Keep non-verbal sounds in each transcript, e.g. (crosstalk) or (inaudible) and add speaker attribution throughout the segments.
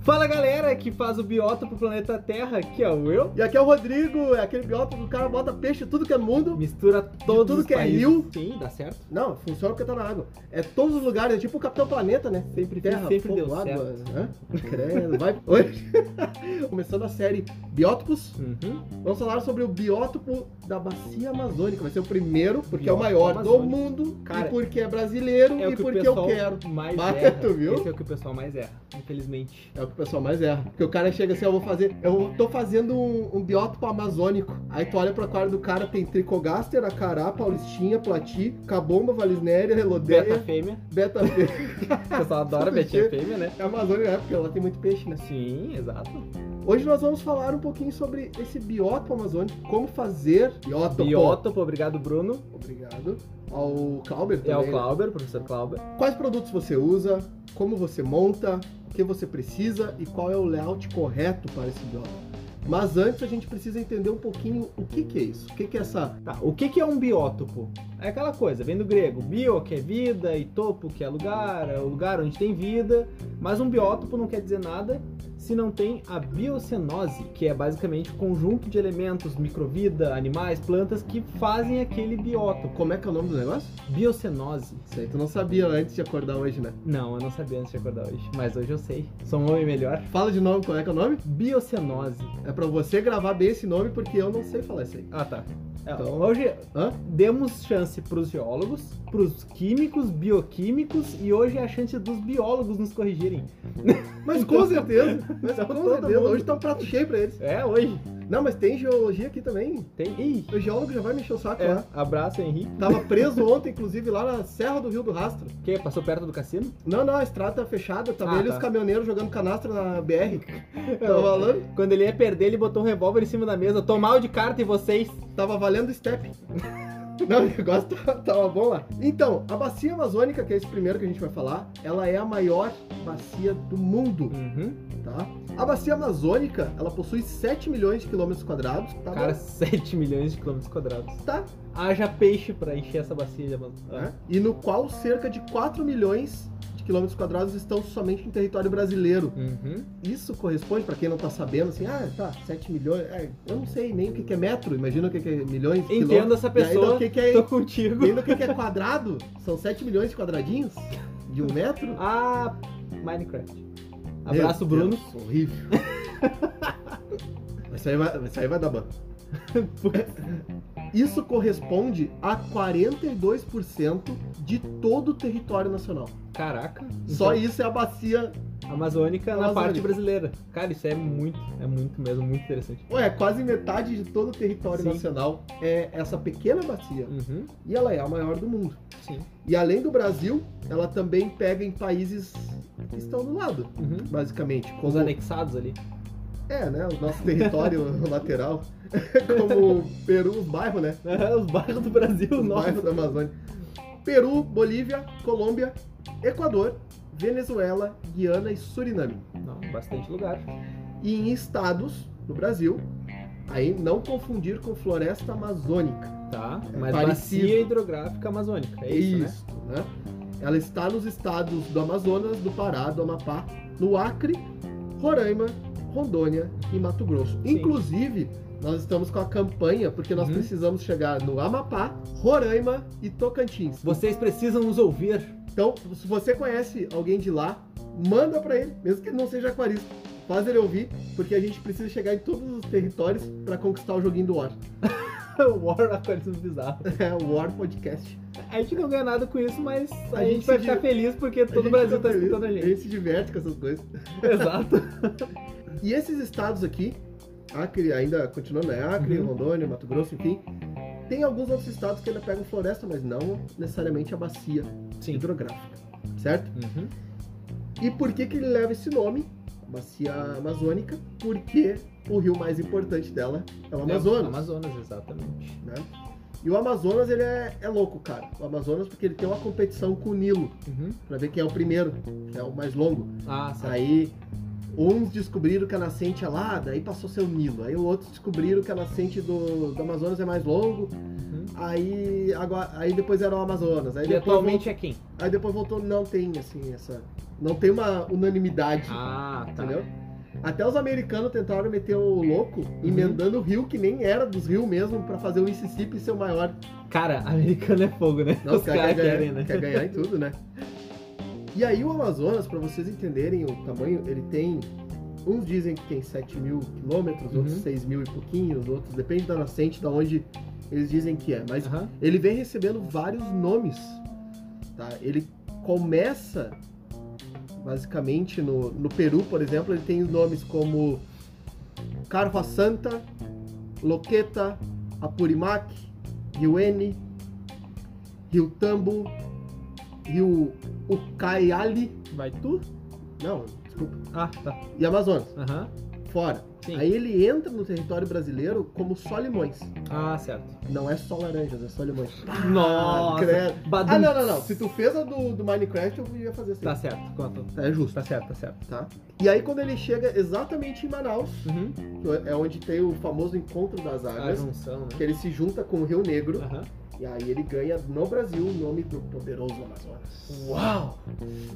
Speaker 1: Fala galera que faz o biota pro planeta Terra, que é o eu.
Speaker 2: E aqui é o Rodrigo, é aquele biótipo que o cara bota peixe em tudo que é mundo.
Speaker 1: Mistura todos
Speaker 2: tudo
Speaker 1: os
Speaker 2: que é
Speaker 1: países.
Speaker 2: rio.
Speaker 1: Sim, dá certo.
Speaker 2: Não, funciona porque tá na água. É todos os lugares, é tipo o Capitão Planeta, né?
Speaker 1: Sempre,
Speaker 2: Terra,
Speaker 1: sempre
Speaker 2: fogo,
Speaker 1: deu certo.
Speaker 2: água, né? Credo, vai. Hoje, (laughs) começando a série Biótopos,
Speaker 1: Uhum.
Speaker 2: vamos falar sobre o biótopo da Bacia Amazônica. Vai ser o primeiro, porque é o
Speaker 1: Biótopo
Speaker 2: maior do
Speaker 1: Amazônico.
Speaker 2: mundo,
Speaker 1: Cara,
Speaker 2: e porque é brasileiro,
Speaker 1: É o
Speaker 2: e
Speaker 1: que o
Speaker 2: porque
Speaker 1: pessoal
Speaker 2: eu quero.
Speaker 1: mais
Speaker 2: Mas,
Speaker 1: erra.
Speaker 2: tu viu?
Speaker 1: Esse é o que o pessoal mais erra, infelizmente.
Speaker 2: É o que o pessoal mais erra. Porque o cara chega assim, eu vou fazer. Eu tô fazendo um, um biótopo amazônico. Aí tu olha pro aquário do cara, tem tricogaster, acará, paulistinha, plati, cabomba, valisnéria,
Speaker 1: Beta
Speaker 2: relodeia, (laughs)
Speaker 1: fêmea.
Speaker 2: beta,
Speaker 1: O pessoal adora
Speaker 2: Sabe
Speaker 1: betinha
Speaker 2: o quê?
Speaker 1: fêmea, né?
Speaker 2: É a Amazônia, né? Porque lá tem muito peixe, né?
Speaker 1: Sim, exato.
Speaker 2: Hoje nós vamos falar um pouquinho sobre esse biótopo amazônico, como fazer biótopo.
Speaker 1: Biótopo, obrigado Bruno.
Speaker 2: Obrigado. Ao Clauber também.
Speaker 1: É o
Speaker 2: né?
Speaker 1: Clauber, professor Clauber.
Speaker 2: Quais produtos você usa, como você monta, o que você precisa e qual é o layout correto para esse biótopo. Mas antes a gente precisa entender um pouquinho o que, que é isso, o que, que é essa...
Speaker 1: Tá, o que, que é um biótopo? É aquela coisa, vem do grego, bio, que é vida, e topo, que é lugar, é o lugar onde tem vida. Mas um biótopo não quer dizer nada se não tem a biocenose, que é basicamente o conjunto de elementos, microvida, animais, plantas, que fazem aquele biótopo.
Speaker 2: Como é que é o nome do negócio?
Speaker 1: Biocenose.
Speaker 2: Isso aí tu não sabia antes de acordar hoje, né?
Speaker 1: Não, eu não sabia antes de acordar hoje, mas hoje eu sei. Sou um homem melhor.
Speaker 2: Fala de novo, qual é que é o nome?
Speaker 1: Biocenose.
Speaker 2: É pra você gravar bem esse nome porque eu não sei falar isso aí.
Speaker 1: Ah, tá. É,
Speaker 2: Então-
Speaker 1: Hoje
Speaker 2: Hã?
Speaker 1: demos chance pros geólogos, pros químicos, bioquímicos e hoje é a chance dos biólogos nos corrigirem.
Speaker 2: Mas com certeza, mas
Speaker 1: Então,
Speaker 2: com
Speaker 1: todo
Speaker 2: certeza,
Speaker 1: mundo.
Speaker 2: hoje tá um prato cheio pra eles.
Speaker 1: É, hoje.
Speaker 2: Não, mas tem geologia aqui também.
Speaker 1: Tem. Ih,
Speaker 2: O geólogo já vai mexer o saco
Speaker 1: é.
Speaker 2: lá.
Speaker 1: Abraço, Henrique.
Speaker 2: Tava preso ontem, inclusive, lá na Serra do Rio do Rastro.
Speaker 1: Que passou perto do (laughs) cassino?
Speaker 2: Não, não, a estrada tá fechada. Tava
Speaker 1: Ah,
Speaker 2: ele e
Speaker 1: tá.
Speaker 2: os caminhoneiros jogando canastra na BR.
Speaker 1: (laughs)
Speaker 2: Tava, valendo,
Speaker 1: Quando ele ia perder, ele botou um revólver em cima da mesa. Tomar o de carta e vocês.
Speaker 2: tava valendo step. (laughs) Não, o negócio tava, tava bom lá. Então, a bacia amazônica, que é esse primeiro que a gente vai falar, ela é a maior bacia do mundo,
Speaker 1: Uhum.
Speaker 2: tá? A bacia amazônica, ela possui 7 milhões de quilômetros quadrados. Tá
Speaker 1: Cara,
Speaker 2: bom?
Speaker 1: 7 milhões de quilômetros quadrados. É?
Speaker 2: Tá,
Speaker 1: Haja peixe pra encher essa bacia de Amazônia.
Speaker 2: né? E no qual cerca de 4 milhões de quilômetros quadrados estão somente em território brasileiro.
Speaker 1: Uhum.
Speaker 2: Isso corresponde, pra quem não tá sabendo, assim, ah, tá, 7 milhões, é, eu não sei nem o que, que é metro, imagina o que, que é milhões,
Speaker 1: Entendo essa
Speaker 2: quilômetros. E ainda
Speaker 1: pessoa.
Speaker 2: o que, que
Speaker 1: (laughs)
Speaker 2: é,
Speaker 1: Tô contigo.
Speaker 2: ainda o que, que é quadrado, são 7 milhões de quadradinhos de um metro.
Speaker 1: Ah, Minecraft. (laughs) Abraço,
Speaker 2: Meu
Speaker 1: Bruno.
Speaker 2: Deus,
Speaker 1: (laughs)
Speaker 2: horrível. Mas isso aí vai, isso aí vai dar ban. Isso corresponde a 42% de todo o território nacional.
Speaker 1: Caraca.
Speaker 2: Só
Speaker 1: Então,
Speaker 2: isso é a bacia.
Speaker 1: Amazônica na
Speaker 2: Amazônica.
Speaker 1: parte brasileira. Cara, isso é muito, é muito mesmo, muito interessante.
Speaker 2: Ué, quase metade de todo o território
Speaker 1: Sim.
Speaker 2: nacional é essa pequena bacia.
Speaker 1: Uhum.
Speaker 2: E ela é a maior do mundo.
Speaker 1: Sim.
Speaker 2: E além do Brasil, ela também pega em países que estão do lado,
Speaker 1: Uhum.
Speaker 2: basicamente. Como,
Speaker 1: Os anexados ali.
Speaker 2: é, né? O nosso território lateral. como Peru, os bairros, né?
Speaker 1: (laughs) Os bairros do Brasil,
Speaker 2: Os
Speaker 1: nossa.
Speaker 2: bairros da Amazônia. Peru, Bolívia, Colômbia, Equador, Venezuela, Guiana e Suriname.
Speaker 1: Não, bastante lugar.
Speaker 2: E em estados no Brasil, aí não confundir com floresta amazônica.
Speaker 1: Tá?
Speaker 2: É
Speaker 1: Mas
Speaker 2: parecido.
Speaker 1: bacia hidrográfica amazônica. É isso, né?
Speaker 2: né? Ela está nos estados do Amazonas, do Pará, do Amapá, no Acre, Roraima, Rondônia e Mato Grosso.
Speaker 1: Sim.
Speaker 2: Inclusive, nós estamos com a campanha porque nós
Speaker 1: Uhum.
Speaker 2: precisamos chegar no Amapá, Roraima e Tocantins.
Speaker 1: Vocês precisam nos (laughs) ouvir.
Speaker 2: Então, se você conhece alguém de lá, manda pra ele, mesmo que ele não seja aquarista. Faz ele ouvir, porque a gente precisa chegar em todos os territórios pra conquistar o joguinho do War. (laughs)
Speaker 1: War Aquarismo Bizarro.
Speaker 2: É o War Podcast.
Speaker 1: A gente não ganha nada com isso, mas a,
Speaker 2: A
Speaker 1: gente,
Speaker 2: gente
Speaker 1: vai
Speaker 2: se
Speaker 1: ficar
Speaker 2: di-
Speaker 1: feliz porque
Speaker 2: A
Speaker 1: todo o
Speaker 2: gente
Speaker 1: Brasil
Speaker 2: fica
Speaker 1: tá
Speaker 2: feliz,
Speaker 1: escutando a
Speaker 2: A
Speaker 1: gente.
Speaker 2: gente se diverte com essas coisas.
Speaker 1: (laughs) Exato.
Speaker 2: E esses estados aqui, Acre, ainda continuando, né? Acre,
Speaker 1: Uhum.
Speaker 2: Rondônia, Mato Grosso, enfim. Tem alguns outros estados que ainda pegam floresta, mas não necessariamente a bacia
Speaker 1: Sim.
Speaker 2: hidrográfica, certo?
Speaker 1: Uhum.
Speaker 2: E por que, que ele leva esse nome, bacia amazônica? Porque o rio mais importante dela é o Amazonas,
Speaker 1: Amazonas, exatamente.
Speaker 2: né? E o Amazonas, ele é, é louco, cara. O Amazonas, porque ele tem uma competição com o Nilo,
Speaker 1: Uhum.
Speaker 2: pra ver quem é o primeiro, que é o mais longo.
Speaker 1: Ah, certo.
Speaker 2: Aí uns descobriram que a nascente é lá, daí passou a ser o Nilo. Aí outros descobriram que a nascente do, do Amazonas é mais longo,
Speaker 1: Uhum.
Speaker 2: aí, agora, aí depois era o Amazonas. Aí
Speaker 1: E
Speaker 2: depois,
Speaker 1: atualmente é quem?
Speaker 2: vol- aí depois voltou, não tem assim essa Não tem uma unanimidade,
Speaker 1: Ah, tá.
Speaker 2: entendeu? Até os americanos tentaram meter o louco,
Speaker 1: Uhum.
Speaker 2: emendando o rio que nem era dos rios mesmo, pra fazer o Mississippi ser o maior.
Speaker 1: Cara, americano é fogo, né?
Speaker 2: Não,
Speaker 1: Os caras querem,
Speaker 2: ganhar,
Speaker 1: né?
Speaker 2: quer ganhar em tudo, né? E aí o Amazonas, pra vocês entenderem o tamanho, ele tem. Uns dizem que tem 7 mil quilômetros, outros
Speaker 1: Uhum.
Speaker 2: 6 mil e pouquinhos, outros depende da nascente, da onde eles dizem que é. Mas
Speaker 1: Aham.
Speaker 2: ele vem recebendo vários nomes. Tá? Ele começa basicamente no, no Peru, por exemplo, ele tem nomes como Carva Santa, Loqueta, Apurimac, Riuene, Rio Tambo, Rio Ucayali,
Speaker 1: Vai tu?
Speaker 2: não, desculpa,
Speaker 1: Ah, tá.
Speaker 2: e Amazonas,
Speaker 1: Aham.
Speaker 2: fora.
Speaker 1: Sim.
Speaker 2: Aí ele entra no território brasileiro como só limões.
Speaker 1: Ah, certo.
Speaker 2: Não é só laranjas, é só limões.
Speaker 1: Nossa.
Speaker 2: credo.
Speaker 1: Badum.
Speaker 2: Ah, não, não, não. Se tu fez a do, do Minecraft, eu ia fazer assim.
Speaker 1: Tá certo, conta.
Speaker 2: Tá, É justo,
Speaker 1: Tá certo, tá certo.
Speaker 2: tá? E aí, quando ele chega exatamente em Manaus,
Speaker 1: Uhum.
Speaker 2: que é onde tem o famoso encontro das
Speaker 1: A
Speaker 2: águas,
Speaker 1: junção, né?
Speaker 2: Ah, que ele se junta com o Rio Negro,
Speaker 1: Aham.
Speaker 2: e aí ele ganha no Brasil o nome do poderoso Amazonas.
Speaker 1: Uau!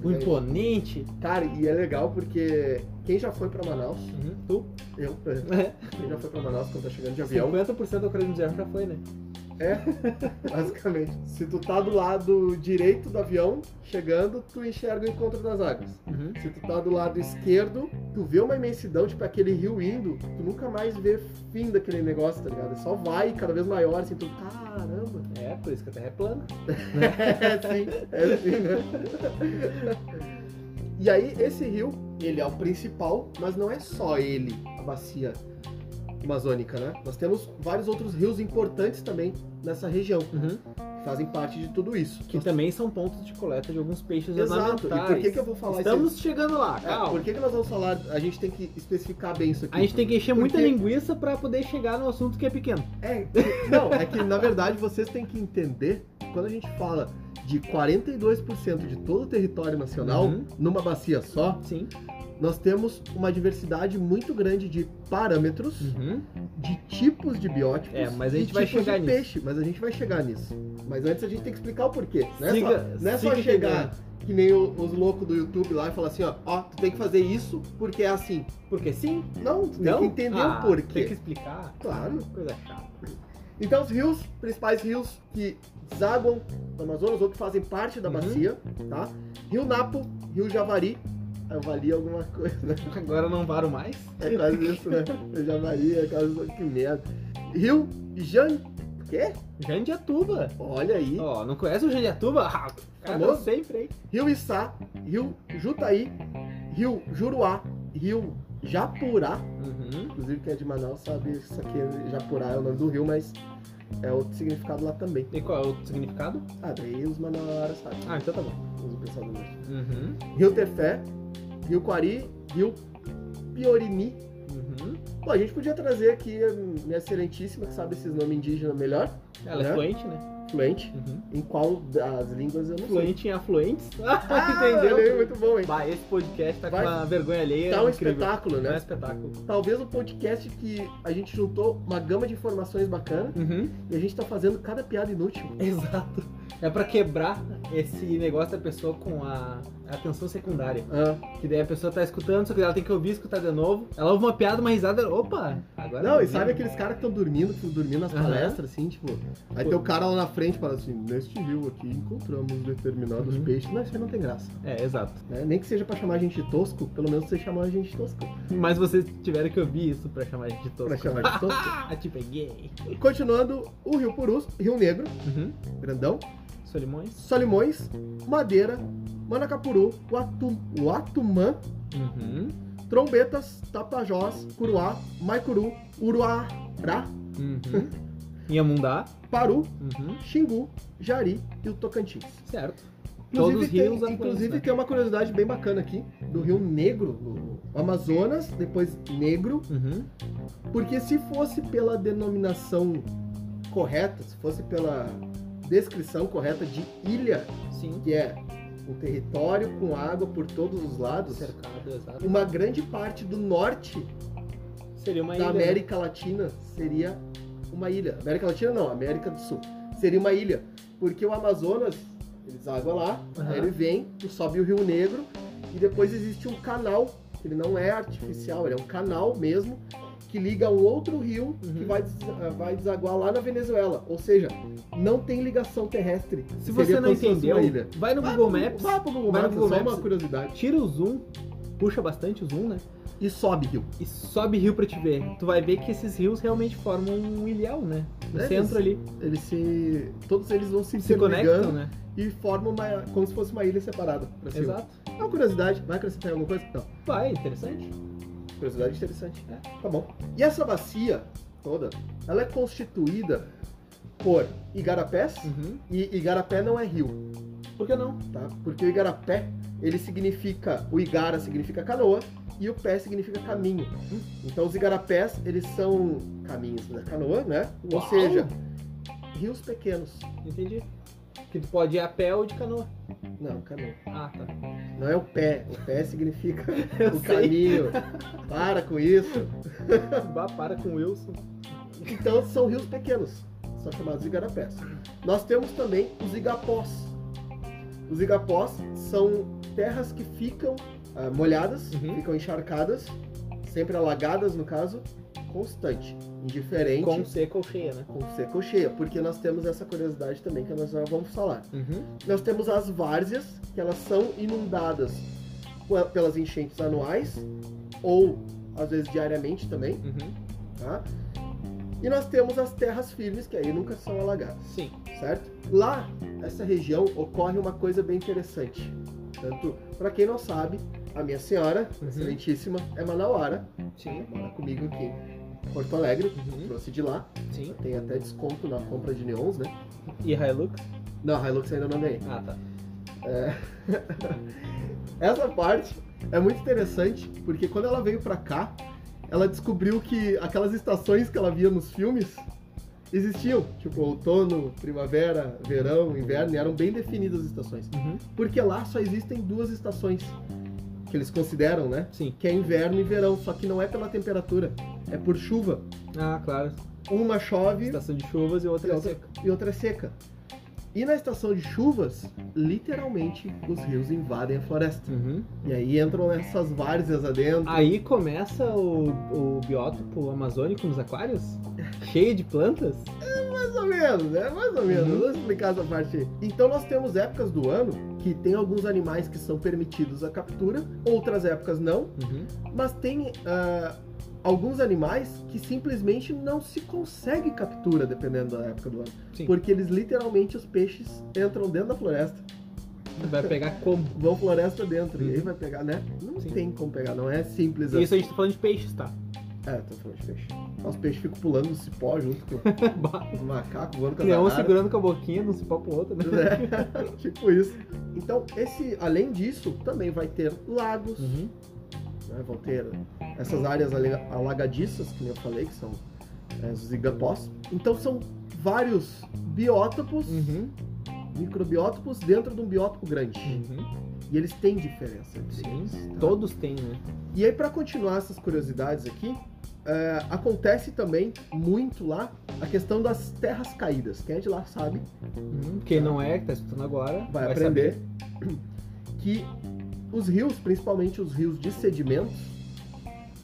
Speaker 1: O
Speaker 2: é
Speaker 1: imponente.
Speaker 2: Cara, e é legal porque quem já foi pra Manaus,
Speaker 1: Uhum. Tu?
Speaker 2: eu, quem
Speaker 1: É.
Speaker 2: já foi pra Manaus quando tá chegando de avião, (laughs)
Speaker 1: 50% da Coreia do Zero já foi, né?
Speaker 2: basicamente, se tu tá do lado direito do avião, chegando, tu enxerga o encontro das águas.
Speaker 1: Uhum.
Speaker 2: Se tu tá do lado esquerdo, tu vê uma imensidão, tipo aquele rio indo, tu nunca mais vê fim daquele negócio, tá ligado? Só vai cada vez maior, assim, tu,
Speaker 1: (laughs)
Speaker 2: caramba.
Speaker 1: É, por isso que a Terra é plana.
Speaker 2: É assim, é assim, né? E aí, esse rio, ele é o principal, mas não é só ele, a bacia amazônica, né? Nós temos vários outros rios importantes também nessa região,
Speaker 1: Uhum.
Speaker 2: que fazem parte de tudo isso. Então,
Speaker 1: Que também são pontos de coleta de alguns peixes
Speaker 2: Exato. E
Speaker 1: ornamentais.
Speaker 2: por que que eu vou falar
Speaker 1: Estamos chegando lá,
Speaker 2: isso? É,
Speaker 1: calma.
Speaker 2: por que, que nós vamos falar? A gente tem que especificar bem isso aqui.
Speaker 1: A gente tem que encher muita
Speaker 2: Porque-
Speaker 1: linguiça pra poder chegar no assunto que é pequeno.
Speaker 2: É, não, é que na verdade vocês têm que entender que quando a gente fala de 42% de todo o território nacional
Speaker 1: Uhum.
Speaker 2: numa bacia só,
Speaker 1: Sim.
Speaker 2: nós temos uma diversidade muito grande de parâmetros,
Speaker 1: Uhum.
Speaker 2: de tipos de bióticos,
Speaker 1: É, mas a gente
Speaker 2: e
Speaker 1: vai
Speaker 2: tipos
Speaker 1: chegar
Speaker 2: de
Speaker 1: nisso.
Speaker 2: peixe, mas a gente vai chegar nisso. Mas antes a gente tem que explicar o porquê. Não é
Speaker 1: Siga-
Speaker 2: só, não é só
Speaker 1: siga
Speaker 2: chegar que nem o- os loucos do YouTube lá e falar assim, ó, ó, tu tem que fazer isso porque é assim.
Speaker 1: Porque sim?
Speaker 2: Não, tu tem
Speaker 1: não?
Speaker 2: que entender
Speaker 1: Ah,
Speaker 2: o porquê.
Speaker 1: Tem que explicar.
Speaker 2: Claro.
Speaker 1: Coisa chata.
Speaker 2: Então, os rios, principais rios que desaguam no Amazonas ou que fazem parte da
Speaker 1: Uhum.
Speaker 2: bacia, tá? Rio Napo, Rio Javari. Ah, Eu valia alguma coisa, né?
Speaker 1: Agora eu não paro mais.
Speaker 2: É quase isso,
Speaker 1: (laughs)
Speaker 2: né? Rio Javari, é quase que merda. Rio Jan... Quê?
Speaker 1: Jandiatuba.
Speaker 2: Olha aí.
Speaker 1: Ó, não conhece o Jandiatuba? Ah, cara,
Speaker 2: Famoso.
Speaker 1: eu sempre, hein?
Speaker 2: Rio Içá, Rio Jutaí, Rio Juruá, Rio Japurá.
Speaker 1: Uhum.
Speaker 2: Inclusive, quem é de Manaus sabe isso aqui, é Japurá é o nome do rio, mas é outro significado lá também.
Speaker 1: E qual é o significado?
Speaker 2: Ah, daí os manauaras sabem,
Speaker 1: Ah, então tá bom.
Speaker 2: os pessoal do norte.
Speaker 1: Uhum.
Speaker 2: Rio Tefé, Rio Quari, Rio Piorini.
Speaker 1: Uhum.
Speaker 2: Pô, a gente podia trazer aqui a minha excelentíssima, que sabe esses nomes indígenas melhor,
Speaker 1: Ela é,
Speaker 2: Né?
Speaker 1: fluente, né?
Speaker 2: fluente,
Speaker 1: Uhum.
Speaker 2: em qual das línguas eu não sei.
Speaker 1: Fluente em (laughs) afluentes. Ah,
Speaker 2: Ah, olha aí,
Speaker 1: entendeu?
Speaker 2: muito bom, hein?
Speaker 1: Bah, esse podcast tá
Speaker 2: Vai.
Speaker 1: com uma vergonha alheia.
Speaker 2: Tá um
Speaker 1: incrível.
Speaker 2: espetáculo,
Speaker 1: Tá um
Speaker 2: né?
Speaker 1: espetáculo.
Speaker 2: Talvez o podcast que a gente juntou uma gama de informações bacana
Speaker 1: Uhum.
Speaker 2: e a gente tá fazendo cada piada inútil.
Speaker 1: (laughs) Exato. É pra quebrar esse negócio da pessoa com a a atenção secundária.
Speaker 2: Ah,
Speaker 1: Que daí a pessoa tá escutando, só que ela tem que ouvir escutar de novo. Ela ouve uma piada, uma risada. Opa! Agora
Speaker 2: não,
Speaker 1: eu
Speaker 2: e
Speaker 1: vi.
Speaker 2: sabe aqueles caras que estão dormindo, que tão dormindo nas
Speaker 1: Aham.
Speaker 2: palestras, assim, tipo. Aí
Speaker 1: Pô.
Speaker 2: tem o cara lá na frente e fala assim: Neste rio aqui encontramos determinados
Speaker 1: Uhum.
Speaker 2: peixes. Não, isso aí não tem graça.
Speaker 1: É, exato.
Speaker 2: né? Nem que seja pra chamar a gente de tosco, pelo menos você chamar a gente de tosco.
Speaker 1: Mas vocês tiveram que ouvir isso pra chamar a gente de tosco.
Speaker 2: Pra chamar de tosco.
Speaker 1: (laughs)
Speaker 2: (laughs)
Speaker 1: Ah, te peguei.
Speaker 2: Continuando, o Rio Purus, Rio Negro,
Speaker 1: Uhum.
Speaker 2: Grandão,
Speaker 1: Solimões?
Speaker 2: Solimões, Madeira, Manacapuru, Uatu, Uatumã,
Speaker 1: Uhum.
Speaker 2: Trombetas, Tapajós, Curuá, Maicuru, Uruará,
Speaker 1: Uhum.
Speaker 2: (laughs)
Speaker 1: Inhamundá?
Speaker 2: Paru,
Speaker 1: Uhum.
Speaker 2: Xingu, Jari e o Tocantins.
Speaker 1: Certo.
Speaker 2: Inclusive,
Speaker 1: Todos
Speaker 2: tem,
Speaker 1: rios
Speaker 2: inclusive
Speaker 1: afluentes,
Speaker 2: tem uma curiosidade bem bacana aqui, do Rio Negro, do Amazonas, depois Negro,
Speaker 1: Uhum.
Speaker 2: Porque se fosse pela denominação correta, se fosse pela descrição correta de ilha,
Speaker 1: Sim.
Speaker 2: que é um território com água por todos os lados,
Speaker 1: Cercado, exato.
Speaker 2: uma grande parte do norte
Speaker 1: Seria uma
Speaker 2: da
Speaker 1: ilha. né?
Speaker 2: América Latina seria uma ilha. América Latina não, América do Sul. Seria uma ilha. Porque o Amazonas, eles água lá,
Speaker 1: Aham.
Speaker 2: aí ele vem, tu sobe o Rio Negro, E depois existe um canal, ele não é artificial, ele é um canal mesmo, que liga a um outro rio que
Speaker 1: Uhum.
Speaker 2: vai, des- ah, vai desaguar lá na Venezuela. Ou seja, não tem ligação terrestre.
Speaker 1: Se
Speaker 2: Seria
Speaker 1: você não
Speaker 2: como se fosse
Speaker 1: entendeu,
Speaker 2: uma ilha.
Speaker 1: vai no
Speaker 2: Vai
Speaker 1: Google
Speaker 2: pro-
Speaker 1: Maps,
Speaker 2: Vai pro Google
Speaker 1: vai no
Speaker 2: Maps, é
Speaker 1: Google
Speaker 2: só
Speaker 1: Maps.
Speaker 2: uma curiosidade.
Speaker 1: tira o zoom, puxa bastante o zoom, né?
Speaker 2: E sobe rio.
Speaker 1: E sobe rio pra te ver. Tu vai ver que esses rios realmente formam um ilhau, né? No
Speaker 2: É
Speaker 1: centro
Speaker 2: isso.
Speaker 1: ali.
Speaker 2: Eles se. Todos eles vão se,
Speaker 1: Se conectam,
Speaker 2: interligando
Speaker 1: né? Assim.
Speaker 2: e formam uma, como se fosse uma ilha separada. pra cima.
Speaker 1: Exato.
Speaker 2: É uma curiosidade. Vai acrescentar alguma coisa? Não.
Speaker 1: Vai, interessante.
Speaker 2: Curiosidade interessante. É, tá bom. E essa bacia toda, ela é constituída por igarapés.
Speaker 1: Uhum.
Speaker 2: E igarapé não é rio,
Speaker 1: Por que não?
Speaker 2: tá? Porque o igarapé, ele significa... O igara significa canoa e o pé significa caminho.
Speaker 1: Hum.
Speaker 2: Então os igarapés, eles são caminhos da canoa, né? Ou
Speaker 1: Uau!
Speaker 2: seja, rios pequenos.
Speaker 1: Entendi. Que tu pode ir a pé ou de canoa.
Speaker 2: Não, canoa.
Speaker 1: Ah, tá.
Speaker 2: Não é o pé. O pé significa
Speaker 1: (laughs) Eu
Speaker 2: o
Speaker 1: sei.
Speaker 2: caminho. Para
Speaker 1: (laughs)
Speaker 2: com isso.
Speaker 1: (laughs) Bah, para com o Wilson.
Speaker 2: Então são rios pequenos, são chamados igarapés. Nós temos também os igapós. Os igapós são terras que ficam ah, molhadas,
Speaker 1: Uhum.
Speaker 2: ficam encharcadas, sempre alagadas no caso, constante, indiferente,
Speaker 1: Com seca ou cheia, né?
Speaker 2: com seca ou cheia, porque nós temos essa curiosidade também que nós já vamos falar.
Speaker 1: Uhum.
Speaker 2: Nós temos as várzeas, que elas são inundadas pe- pelas enchentes anuais ou às vezes diariamente também
Speaker 1: Uhum.
Speaker 2: tá? E nós temos as terras firmes, que aí nunca são alagadas,
Speaker 1: Sim.
Speaker 2: certo? Lá, essa região, ocorre uma coisa bem interessante. Tanto, para quem não sabe, a minha senhora,
Speaker 1: Uhum.
Speaker 2: excelentíssima, é manauara,
Speaker 1: Sim.
Speaker 2: mora comigo aqui em Porto Alegre,
Speaker 1: Uhum.
Speaker 2: trouxe de lá,
Speaker 1: Sim.
Speaker 2: tem até desconto na compra de neons, né?
Speaker 1: E Hilux?
Speaker 2: Não, a Hilux ainda não ganhei.
Speaker 1: Ah, tá.
Speaker 2: Essa parte é muito interessante, porque quando ela veio pra cá, ela descobriu que aquelas estações que ela via nos filmes existiam. Tipo, outono, primavera, verão, inverno, e eram bem definidas as estações.
Speaker 1: Uhum.
Speaker 2: Porque lá só existem duas estações que eles consideram, né?
Speaker 1: Sim.
Speaker 2: Que é inverno e verão, só que não é pela temperatura, é por chuva.
Speaker 1: Ah, claro.
Speaker 2: Uma chove
Speaker 1: Estação de chuvas e outra
Speaker 2: E
Speaker 1: é
Speaker 2: outra-
Speaker 1: seca.
Speaker 2: e outra é seca. E na estação de chuvas, literalmente, os rios invadem a floresta.
Speaker 1: Uhum.
Speaker 2: E aí entram essas várzeas adentro.
Speaker 1: Aí começa o, o biótopo amazônico nos aquários? Cheio de plantas?
Speaker 2: Mais ou menos, né? Mais ou menos.
Speaker 1: Uhum.
Speaker 2: Vou explicar essa parte aí. Então nós temos épocas do ano que tem alguns animais que são permitidos a captura, outras épocas não,
Speaker 1: Uhum.
Speaker 2: mas tem ah, alguns animais que simplesmente não se consegue captura dependendo da época do ano.
Speaker 1: Sim.
Speaker 2: Porque eles literalmente, os peixes, entram dentro da floresta,
Speaker 1: Vai pegar como?
Speaker 2: vão floresta dentro, e aí
Speaker 1: Uhum.
Speaker 2: vai pegar, né? Não
Speaker 1: Sim.
Speaker 2: tem como pegar, não é simples
Speaker 1: Isso a gente tá falando de peixes, tá? (laughs)
Speaker 2: assim. É, tô falando de peixe. Os peixes ficam pulando no cipó junto com
Speaker 1: Bah.
Speaker 2: Um macaco voando com a
Speaker 1: Leão
Speaker 2: banana,
Speaker 1: segurando com a boquinha, não se pau pro outro, né?
Speaker 2: né? (laughs) tipo isso. Então, esse, além disso, também vai ter lagos,
Speaker 1: Uhum.
Speaker 2: né? vão ter essas áreas ale- alagadiças, que nem eu falei, que são é, os igapós. Então, são vários biótopos,
Speaker 1: Uhum.
Speaker 2: microbiótopos, dentro de um biótopo grande.
Speaker 1: Uhum.
Speaker 2: E eles têm diferença. entre
Speaker 1: Sim.
Speaker 2: eles, tá?
Speaker 1: Todos têm, né?
Speaker 2: E aí, para continuar essas curiosidades aqui, é, acontece também muito lá a questão das terras caídas. Quem é de lá sabe
Speaker 1: Uhum. Quem não é, que tá escutando agora,
Speaker 2: vai, aprender que os rios, principalmente os rios de sedimentos,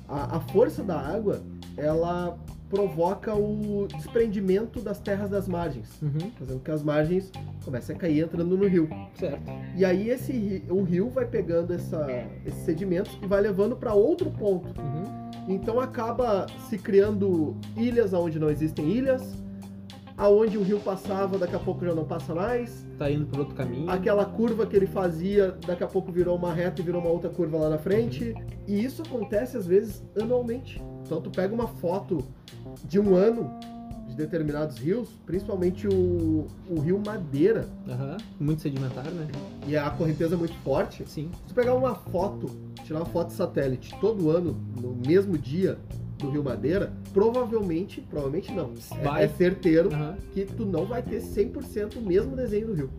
Speaker 2: a, a força da água, ela provoca o desprendimento das terras das margens,
Speaker 1: saber. Uhum.
Speaker 2: fazendo com que as margens comecem a cair entrando no rio.
Speaker 1: Certo.
Speaker 2: E aí esse ri- o rio vai pegando essa, esses sedimentos e vai levando para outro ponto.
Speaker 1: Uhum.
Speaker 2: Então acaba se criando ilhas aonde não existem ilhas, aonde o rio passava daqui a pouco já não passa mais.
Speaker 1: Tá indo por outro caminho.
Speaker 2: Aquela curva que ele fazia, daqui a pouco virou uma reta e virou uma outra curva lá na frente. E isso acontece às vezes anualmente. Então tu pega uma foto de um ano de determinados rios, principalmente o, o rio Madeira,
Speaker 1: Aham. Muito sedimentar, né?
Speaker 2: e a correnteza é muito forte.
Speaker 1: Sim.
Speaker 2: Se tu pegar uma foto, tirar uma foto de satélite todo ano, no mesmo dia do rio Madeira, provavelmente, provavelmente não, é-
Speaker 1: Vai.
Speaker 2: é certeiro
Speaker 1: Aham.
Speaker 2: que tu não vai ter 100% o mesmo desenho do rio.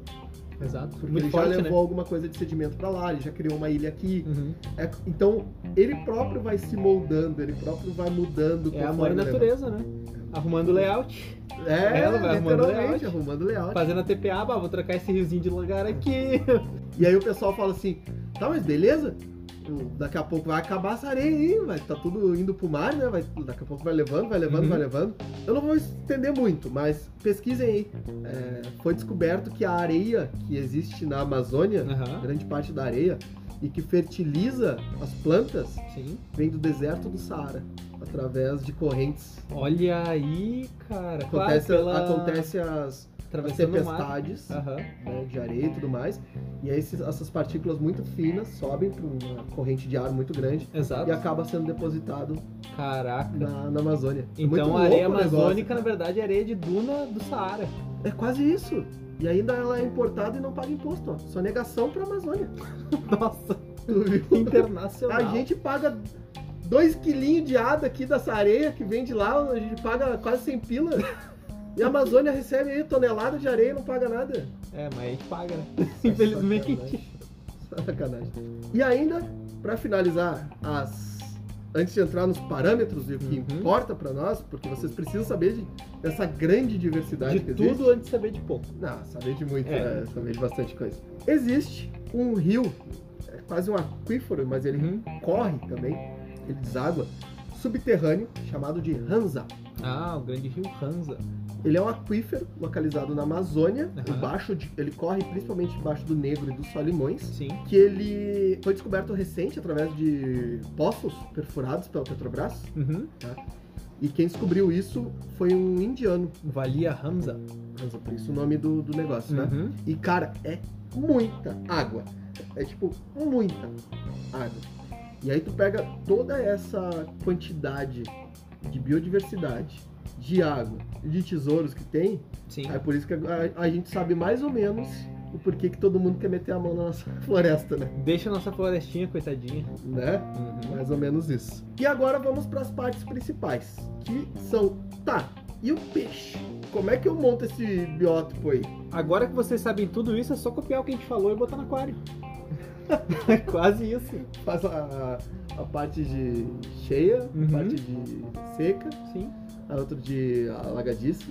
Speaker 1: Exato.
Speaker 2: Porque
Speaker 1: Muito
Speaker 2: ele
Speaker 1: forte,
Speaker 2: já levou
Speaker 1: né?
Speaker 2: alguma coisa de sedimento pra lá, ele já criou uma ilha aqui.
Speaker 1: Uhum.
Speaker 2: É, então, ele próprio vai se moldando, ele próprio vai mudando.
Speaker 1: É a
Speaker 2: conforme
Speaker 1: mãe
Speaker 2: ele
Speaker 1: natureza, né? Arrumando layout,
Speaker 2: vai- É,
Speaker 1: Ela vai arrumando layout.
Speaker 2: literalmente, arrumando layout.
Speaker 1: fazendo a TPA, bah, vou trocar esse riozinho de lugar aqui.
Speaker 2: E aí o pessoal fala assim, Tá, mas beleza? O- Daqui a pouco vai acabar essa areia aí, vai tá tudo indo pro mar, né? Vai, daqui a pouco vai levando, vai levando,
Speaker 1: Uhum.
Speaker 2: vai levando. Eu não vou estender muito, mas pesquisem aí. É, foi descoberto que a areia que existe na Amazônia,
Speaker 1: Aham.
Speaker 2: grande parte da areia, e que fertiliza as plantas,
Speaker 1: Sim.
Speaker 2: vem do deserto do Saara, através de correntes.
Speaker 1: Olha aí, cara.
Speaker 2: Acontece,
Speaker 1: claro, pela...
Speaker 2: acontece as, as
Speaker 1: atravessando o mar. Ah.
Speaker 2: tempestades
Speaker 1: Aham.
Speaker 2: né, de areia e tudo mais. E aí esses- essas partículas muito finas sobem para uma corrente de ar muito grande
Speaker 1: Exato.
Speaker 2: e acaba sendo depositado
Speaker 1: Caraca.
Speaker 2: na, na Amazônia. É muito
Speaker 1: Então
Speaker 2: louco
Speaker 1: a areia
Speaker 2: o negócio.
Speaker 1: amazônica, na verdade, é areia de duna do Saara.
Speaker 2: É quase isso. E ainda ela é importada e não paga imposto, ó. Só negação pra Amazônia.
Speaker 1: (laughs)
Speaker 2: (laughs)
Speaker 1: Nossa,
Speaker 2: Tu viu?
Speaker 1: internacional.
Speaker 2: A gente paga 2 quilinhos de ada aqui dessa areia que vem de lá, a gente paga quase 100 pila. E a Amazônia recebe aí tonelada de areia e não paga nada.
Speaker 1: É, mas a gente paga, né? (laughs) é Infelizmente.
Speaker 2: Sacanagem. E ainda, pra finalizar, as antes de entrar nos parâmetros e o que
Speaker 1: Uhum.
Speaker 2: importa pra nós, porque vocês precisam saber de- dessa grande diversidade
Speaker 1: De
Speaker 2: que existe.
Speaker 1: tudo antes de saber de pouco.
Speaker 2: Não, saber de muito,
Speaker 1: É.
Speaker 2: né? saber de bastante coisa. Existe um rio, é quase um aquífero, mas ele
Speaker 1: Uhum.
Speaker 2: corre também, ele deságua, subterrâneo, chamado de Hanza.
Speaker 1: Ah, o grande rio Hansa.
Speaker 2: Ele é um aquífero localizado na Amazônia,
Speaker 1: Aham.
Speaker 2: embaixo de, ele corre principalmente embaixo do Negro e dos Solimões.
Speaker 1: Sim.
Speaker 2: que ele foi descoberto recente através de poços perfurados pela Petrobras.
Speaker 1: Uhum.
Speaker 2: E quem descobriu isso foi um indiano.
Speaker 1: Valia né? Hamza.
Speaker 2: Hansa, Por isso o nome do, do negócio, né?
Speaker 1: Uhum.
Speaker 2: E, cara, é muita água. É tipo, muita água. E aí tu pega toda essa quantidade de biodiversidade, de água, e de tesouros que tem.
Speaker 1: Sim.
Speaker 2: É por isso que a, a gente sabe mais ou menos o porquê que todo mundo quer meter a mão na nossa (laughs) floresta, né?
Speaker 1: Deixa a nossa florestinha, coitadinha.
Speaker 2: né?
Speaker 1: Uhum.
Speaker 2: Mais ou menos isso. E agora vamos para as partes principais, que são tá. E o peixe? Como é que eu monto esse biótipo aí?
Speaker 1: Agora que vocês sabem tudo isso, é só copiar o que a gente falou e botar no (laughs) aquário. é quase isso.
Speaker 2: Faz a, a parte de cheia,
Speaker 1: Uhum.
Speaker 2: a parte de seca,
Speaker 1: Sim.
Speaker 2: a outra de alagadiça.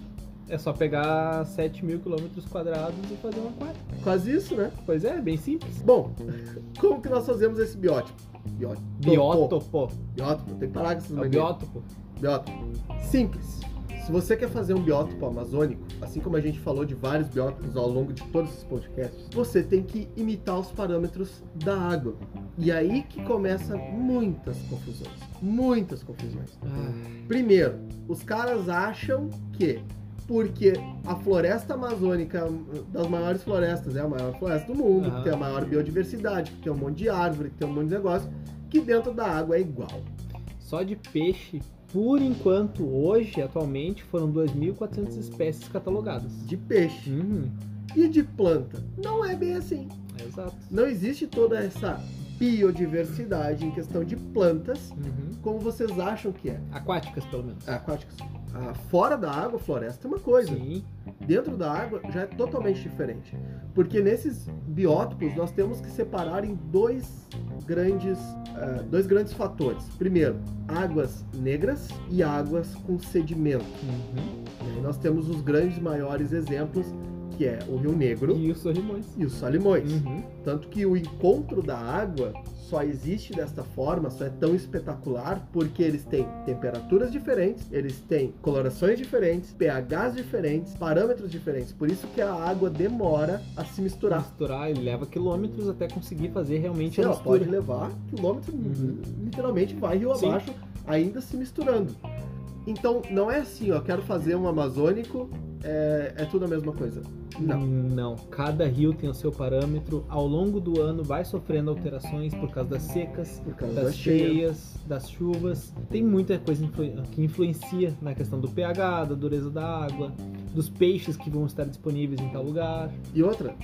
Speaker 1: É só pegar 7 mil quilômetros quadrados e fazer um aquário.
Speaker 2: Quase isso, né?
Speaker 1: Pois é, bem simples.
Speaker 2: Bom, (laughs) como que nós fazemos esse biótipo? Biótipo.
Speaker 1: Biótopo.
Speaker 2: Biótipo, tem que parar com essas
Speaker 1: É o
Speaker 2: manias.
Speaker 1: biótopo.
Speaker 2: Biótipo. Simples. Se você quer fazer um biótipo amazônico, assim como a gente falou de vários biótipos ao longo de todos esses podcasts, você tem que imitar os parâmetros da água. E aí que começa muitas confusões. Muitas confusões.
Speaker 1: Ah,
Speaker 2: Primeiro, os caras acham que porque a floresta amazônica, das maiores florestas, é a maior floresta do mundo,
Speaker 1: Aham.
Speaker 2: que tem a maior biodiversidade, que tem um monte de árvore, que tem um monte de negócio, que dentro da água é igual.
Speaker 1: só de peixe, por enquanto, hoje, atualmente, foram 2.400 espécies catalogadas.
Speaker 2: De peixe.
Speaker 1: Uhum.
Speaker 2: e de planta. Não é bem assim.
Speaker 1: é Exato.
Speaker 2: Não existe toda essa biodiversidade em questão de plantas
Speaker 1: Uhum.
Speaker 2: como vocês acham que é.
Speaker 1: Aquáticas, pelo menos.
Speaker 2: Aquáticas. Ah, fora da água, floresta é uma coisa.
Speaker 1: Sim.
Speaker 2: Dentro da água já é totalmente diferente. Porque nesses biótopos nós temos que separar em dois grandes, ah, dois grandes fatores. Primeiro, águas negras e águas com sedimento.
Speaker 1: Uhum.
Speaker 2: E aí nós temos os grandes maiores exemplos, que é o Rio Negro
Speaker 1: E os sorrimões.
Speaker 2: e os Salimões.
Speaker 1: Uhum.
Speaker 2: Tanto que o encontro da água só existe desta forma, só é tão espetacular, porque eles têm temperaturas diferentes, eles têm colorações diferentes, pHs diferentes, parâmetros diferentes. Por isso que a água demora a se misturar.
Speaker 1: Misturar e leva quilômetros até conseguir fazer realmente
Speaker 2: Sim,
Speaker 1: a
Speaker 2: ela
Speaker 1: mistura.
Speaker 2: pode levar quilômetros,
Speaker 1: Uhum.
Speaker 2: literalmente vai rio
Speaker 1: Sim.
Speaker 2: abaixo, ainda se misturando. Então não é assim, ó, quero fazer um amazônico, é, é tudo a mesma coisa. Não.
Speaker 1: Não, cada rio tem o seu parâmetro. Ao longo do ano vai sofrendo alterações por causa das secas,
Speaker 2: Por causa da
Speaker 1: das
Speaker 2: cheia.
Speaker 1: cheias, das chuvas. Tem muita coisa influ- que influencia na questão do pH, da dureza da água, dos peixes que vão estar disponíveis em tal lugar,
Speaker 2: E outra,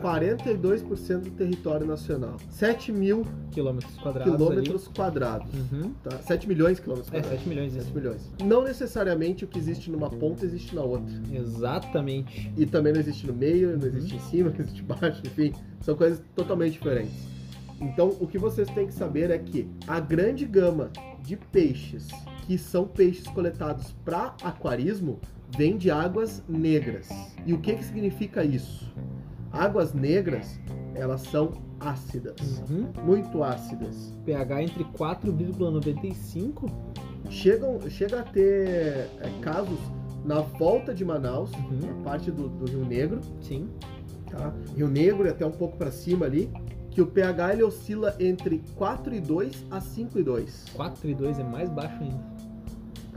Speaker 2: 42% do território nacional. 7 mil
Speaker 1: quilômetros quadrados
Speaker 2: quilômetros quadrados.
Speaker 1: ali. Uhum.
Speaker 2: Tá? 7 milhões de quilômetros
Speaker 1: É,
Speaker 2: quadrados.
Speaker 1: 7 milhões isso.
Speaker 2: 7 milhões. Não necessariamente o que existe numa ponta existe na outra.
Speaker 1: Exatamente.
Speaker 2: E também não existe no meio, não existe em cima, (laughs) não existe embaixo, enfim. São coisas totalmente diferentes. Então, o que vocês têm que saber é que a grande gama de peixes que são peixes coletados para aquarismo vem de águas negras. E o que, que significa isso? Águas negras elas são ácidas,
Speaker 1: Uhum.
Speaker 2: muito ácidas.
Speaker 1: pH entre 4,95.
Speaker 2: Chegam, chega a ter é, casos na volta de Manaus,
Speaker 1: Uhum.
Speaker 2: na parte do, do Rio Negro,
Speaker 1: Sim.
Speaker 2: tá? Rio Negro e até um pouco para cima ali, que o pH ele oscila entre 4,2 a 5,2.
Speaker 1: 4,2 é mais baixo ainda.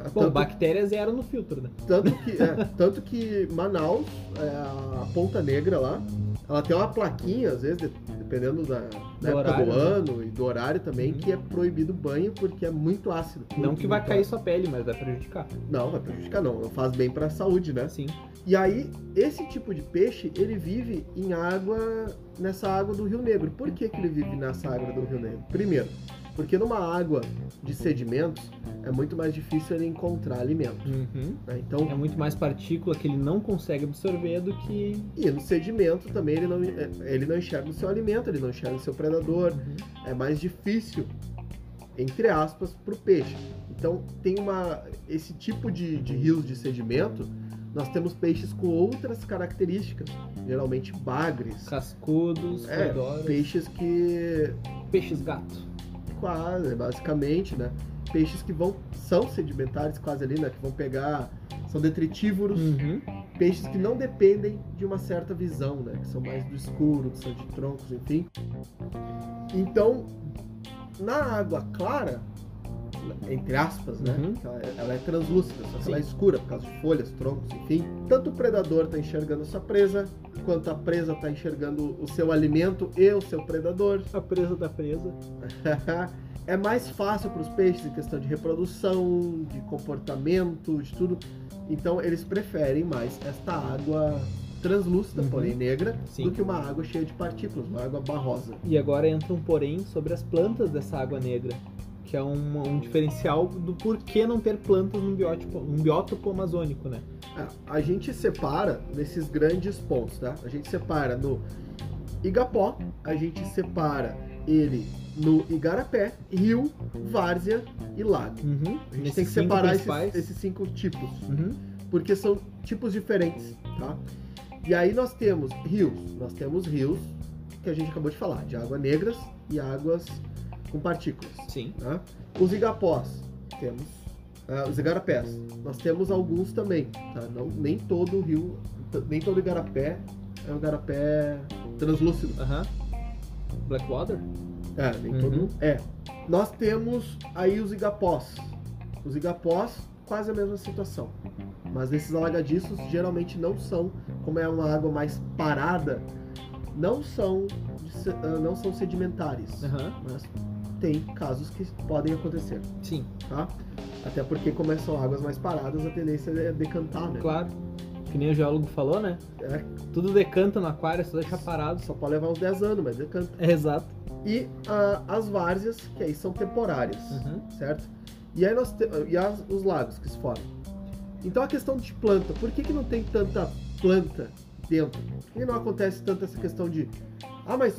Speaker 1: Bom,
Speaker 2: Tá? Tanto-
Speaker 1: bactérias zero no filtro, né?
Speaker 2: Tanto que, é, tanto que Manaus, é, a Ponta Negra lá, ela tem uma plaquinha, às vezes, de- dependendo da, da época
Speaker 1: horário,
Speaker 2: do
Speaker 1: né?
Speaker 2: ano e do horário também,
Speaker 1: Uhum.
Speaker 2: que é proibido banho porque é muito ácido.
Speaker 1: Não
Speaker 2: muito,
Speaker 1: que vai
Speaker 2: muito
Speaker 1: cair
Speaker 2: ácido.
Speaker 1: sua pele, mas vai prejudicar.
Speaker 2: Não, vai prejudicar não, não faz bem pra saúde, né?
Speaker 1: Sim.
Speaker 2: E aí, esse tipo de peixe, ele vive em água, nessa água do Rio Negro. Por que, que ele vive nessa água do Rio Negro? Primeiro, porque numa água de sedimentos, é muito mais difícil ele encontrar alimento.
Speaker 1: Uhum.
Speaker 2: né? Então,
Speaker 1: É muito mais partícula que ele não consegue absorver do que.
Speaker 2: E no sedimento também ele não, é, ele não enxerga o seu alimento, ele não enxerga o seu predador. É mais difícil, entre aspas, para o peixe. Então tem uma. Esse tipo de, de rios de sedimento, nós temos peixes com outras características, geralmente bagres.
Speaker 1: Cascudos,
Speaker 2: É,
Speaker 1: fedoras,
Speaker 2: peixes que.
Speaker 1: peixes gato.
Speaker 2: quase, basicamente, né? Peixes que vão. são sedimentares quase ali, né? Que vão pegar. São detritívoros
Speaker 1: Uhum.
Speaker 2: peixes que não dependem de uma certa visão, né? Que são mais do escuro, que são de troncos, enfim. Então, na água clara, entre aspas, né?
Speaker 1: Uhum.
Speaker 2: que Ela, é- ela é translúcida, só que
Speaker 1: Sim.
Speaker 2: ela é escura por causa de folhas, troncos, enfim. Tanto o predador está enxergando a sua presa, quanto a presa está enxergando o seu alimento e o seu predador.
Speaker 1: A presa da presa.
Speaker 2: (laughs) é mais fácil para os peixes em questão de reprodução, de comportamento, de tudo. Então eles preferem mais esta água translúcida,
Speaker 1: Uhum.
Speaker 2: porém negra,
Speaker 1: Sim.
Speaker 2: do que uma água cheia de partículas, uma água barrosa.
Speaker 1: E agora entra um porém sobre as plantas dessa água negra, que é um, um diferencial do porquê não ter plantas num biótipo, um biótopo amazônico, né?
Speaker 2: Ah, A gente separa nesses grandes pontos, tá? A gente separa no Igapó, a gente separa ele no Igarapé, rio, várzea e lago.
Speaker 1: Uhum.
Speaker 2: A gente tem que separar esses, esses cinco tipos.
Speaker 1: Uhum.
Speaker 2: porque são tipos diferentes, tá? E aí nós temos rios, nós temos rios que a gente acabou de falar, de águas negras e águas com partículas.
Speaker 1: Sim.
Speaker 2: Né? Os igapós, temos ah, os igarapés, nós temos alguns também, tá? Não, nem todo rio, t- nem todo igarapé é um igarapé translúcido.
Speaker 1: Aham. Blackwater?
Speaker 2: É, nem
Speaker 1: Uhum.
Speaker 2: todo é. Nós temos aí os igapós. Os igapós, quase a mesma situação. Mas esses alagadiços geralmente não são, como é uma água mais parada, não são, de se- ah, não são sedimentares.
Speaker 1: Aham.
Speaker 2: Mas tem casos que podem acontecer,
Speaker 1: Sim,
Speaker 2: tá? Até porque como são águas mais paradas, a tendência é decantar, né?
Speaker 1: claro. Que nem o geólogo falou, né?
Speaker 2: É.
Speaker 1: Tudo decanta no aquário, só deixa parado.
Speaker 2: Só pode levar uns 10 anos, mas decanta.
Speaker 1: É exato.
Speaker 2: E ah, as várzeas, que aí são temporárias.
Speaker 1: Uhum.
Speaker 2: certo? E aí nós te... e as- os lagos que se formam. Então a questão de planta, por que, que não tem tanta planta dentro? Por que não acontece tanto essa questão de ah, mas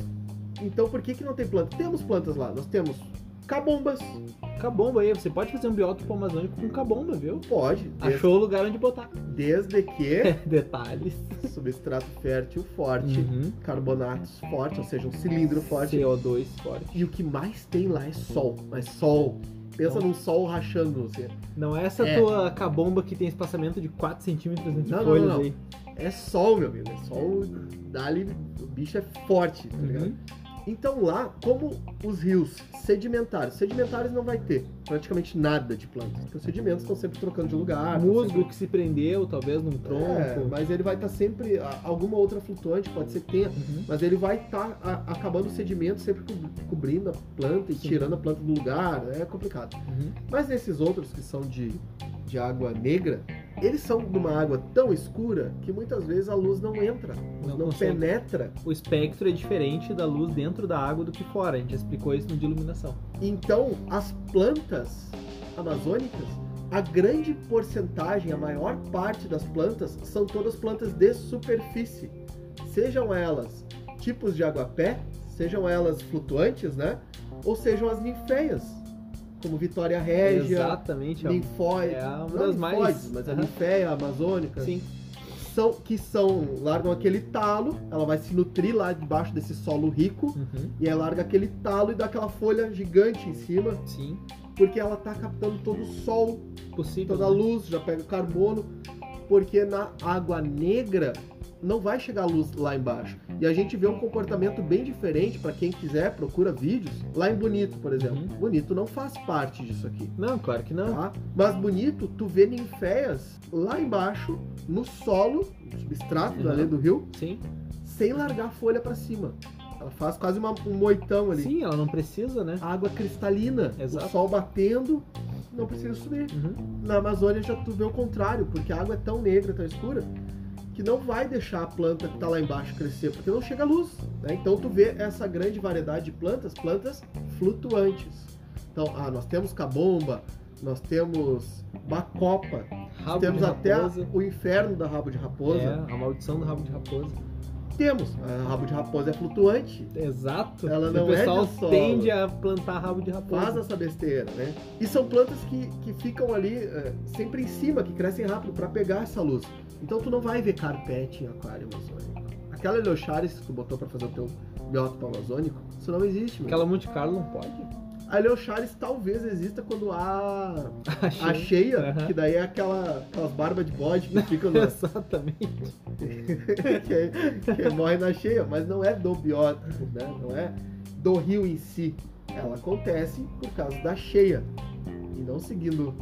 Speaker 2: então por que, que não tem planta? Temos plantas lá, nós temos cabombas,
Speaker 1: Cabomba aí, você pode fazer um biótopo amazônico com cabomba, viu?
Speaker 2: pode, des-
Speaker 1: Achou o lugar onde botar.
Speaker 2: desde que
Speaker 1: É, (laughs) Detalhes.
Speaker 2: substrato fértil forte,
Speaker 1: Uhum.
Speaker 2: carbonatos forte, ou seja, um cilindro forte.
Speaker 1: CO2 forte.
Speaker 2: E o que mais tem lá é sol, mas sol. Pensa
Speaker 1: Não.
Speaker 2: num sol rachando você.
Speaker 1: Não é essa
Speaker 2: É.
Speaker 1: tua cabomba que tem espaçamento de 4 centímetros entre
Speaker 2: Não, não,
Speaker 1: folhas
Speaker 2: não.
Speaker 1: aí.
Speaker 2: É sol, meu amigo. É sol. Dali, o bicho é forte, tá ligado?
Speaker 1: Uhum.
Speaker 2: Então lá, como os rios sedimentares, sedimentares não vai ter praticamente nada de plantas, porque os sedimentos estão sempre trocando de lugar. tão
Speaker 1: Musgo que se prendeu, talvez, num
Speaker 2: sempre- Ah, tá É,
Speaker 1: tronco.
Speaker 2: mas ele vai estar sempre. a- Alguma outra flutuante pode ser que tenha.
Speaker 1: Uhum.
Speaker 2: Mas ele vai estar acabando o sedimento, sempre co- cobrindo a planta e
Speaker 1: Sim.
Speaker 2: tirando a planta do lugar. É complicado.
Speaker 1: Uhum.
Speaker 2: Mas esses outros que são de, de água negra, eles são de uma água tão escura que muitas vezes a luz não entra, não, né?
Speaker 1: Não consegue.
Speaker 2: penetra.
Speaker 1: O espectro é diferente da luz dentro da água do que fora. A gente já explicou isso no de iluminação.
Speaker 2: Então, as plantas amazônicas, a grande porcentagem, a maior parte das plantas são todas plantas de superfície. Sejam elas tipos de aguapé, sejam elas flutuantes, né? Ou sejam as ninféias, como Vitória Régia,
Speaker 1: Exatamente. ó.
Speaker 2: ninfóide,
Speaker 1: É uma
Speaker 2: não
Speaker 1: das
Speaker 2: ninfóides,
Speaker 1: mais.
Speaker 2: mas é a
Speaker 1: Aham.
Speaker 2: ninféia amazônica,
Speaker 1: Sim.
Speaker 2: são, que são, largam aquele talo, ela vai se nutrir lá debaixo desse solo rico,
Speaker 1: Uhum,
Speaker 2: e aí larga aquele talo e dá aquela folha gigante em cima,
Speaker 1: Sim.
Speaker 2: porque ela tá captando todo o sol,
Speaker 1: Possível.
Speaker 2: toda a
Speaker 1: né?
Speaker 2: luz, já pega carbono, porque na água negra não vai chegar a luz lá embaixo. E a gente vê um comportamento bem diferente para quem quiser, procura vídeos, lá em Bonito, por exemplo.
Speaker 1: Uhum.
Speaker 2: Bonito não faz parte disso aqui.
Speaker 1: Não, claro que não.
Speaker 2: Tá? Mas bonito, tu vê ninféias lá embaixo, no solo, no substrato da
Speaker 1: Uhum.
Speaker 2: lei do rio,
Speaker 1: Sim.
Speaker 2: sem largar a folha pra cima. Ela faz quase uma- um moitão ali.
Speaker 1: Sim, ela não precisa, né?
Speaker 2: Água cristalina,
Speaker 1: Exato.
Speaker 2: o sol batendo, não precisa subir.
Speaker 1: Uhum,
Speaker 2: Na Amazônia já tu vê o contrário, porque a água é tão negra, tão escura, que não vai deixar a planta que tá lá embaixo crescer, porque não chega luz. né? Então tu vê essa grande variedade de plantas, plantas flutuantes. Então, ah, nós temos cabomba, nós temos bacopa,
Speaker 1: Rabo
Speaker 2: temos
Speaker 1: de
Speaker 2: até
Speaker 1: raposa.
Speaker 2: o inferno da rabo de raposa.
Speaker 1: É, a maldição do rabo de raposa.
Speaker 2: Temos, a rabo de raposa é flutuante,
Speaker 1: Exato.
Speaker 2: Ela
Speaker 1: E
Speaker 2: não
Speaker 1: o
Speaker 2: é
Speaker 1: pessoal
Speaker 2: de solo.
Speaker 1: tende a plantar rabo de
Speaker 2: faz
Speaker 1: raposa.
Speaker 2: essa besteira, né? E são plantas que, que ficam ali eh, sempre em cima, que crescem rápido para pegar essa luz. Então tu não vai ver carpete em aquário amazônico. Aquela Eleocharis que tu botou para fazer o teu biótipo amazônico, isso não existe. meu.
Speaker 1: Aquela Monte Carlo não pode.
Speaker 2: A Eleocharis talvez exista quando há
Speaker 1: (laughs)
Speaker 2: a
Speaker 1: Achei.
Speaker 2: cheia,
Speaker 1: Aham.
Speaker 2: que daí é aquela, aquelas barbas de bode que ficam na,
Speaker 1: Exatamente.
Speaker 2: que, é- que é morre na cheia, mas não é do biótipo, né? Não é do rio em si. Ela acontece por causa da cheia e não seguindo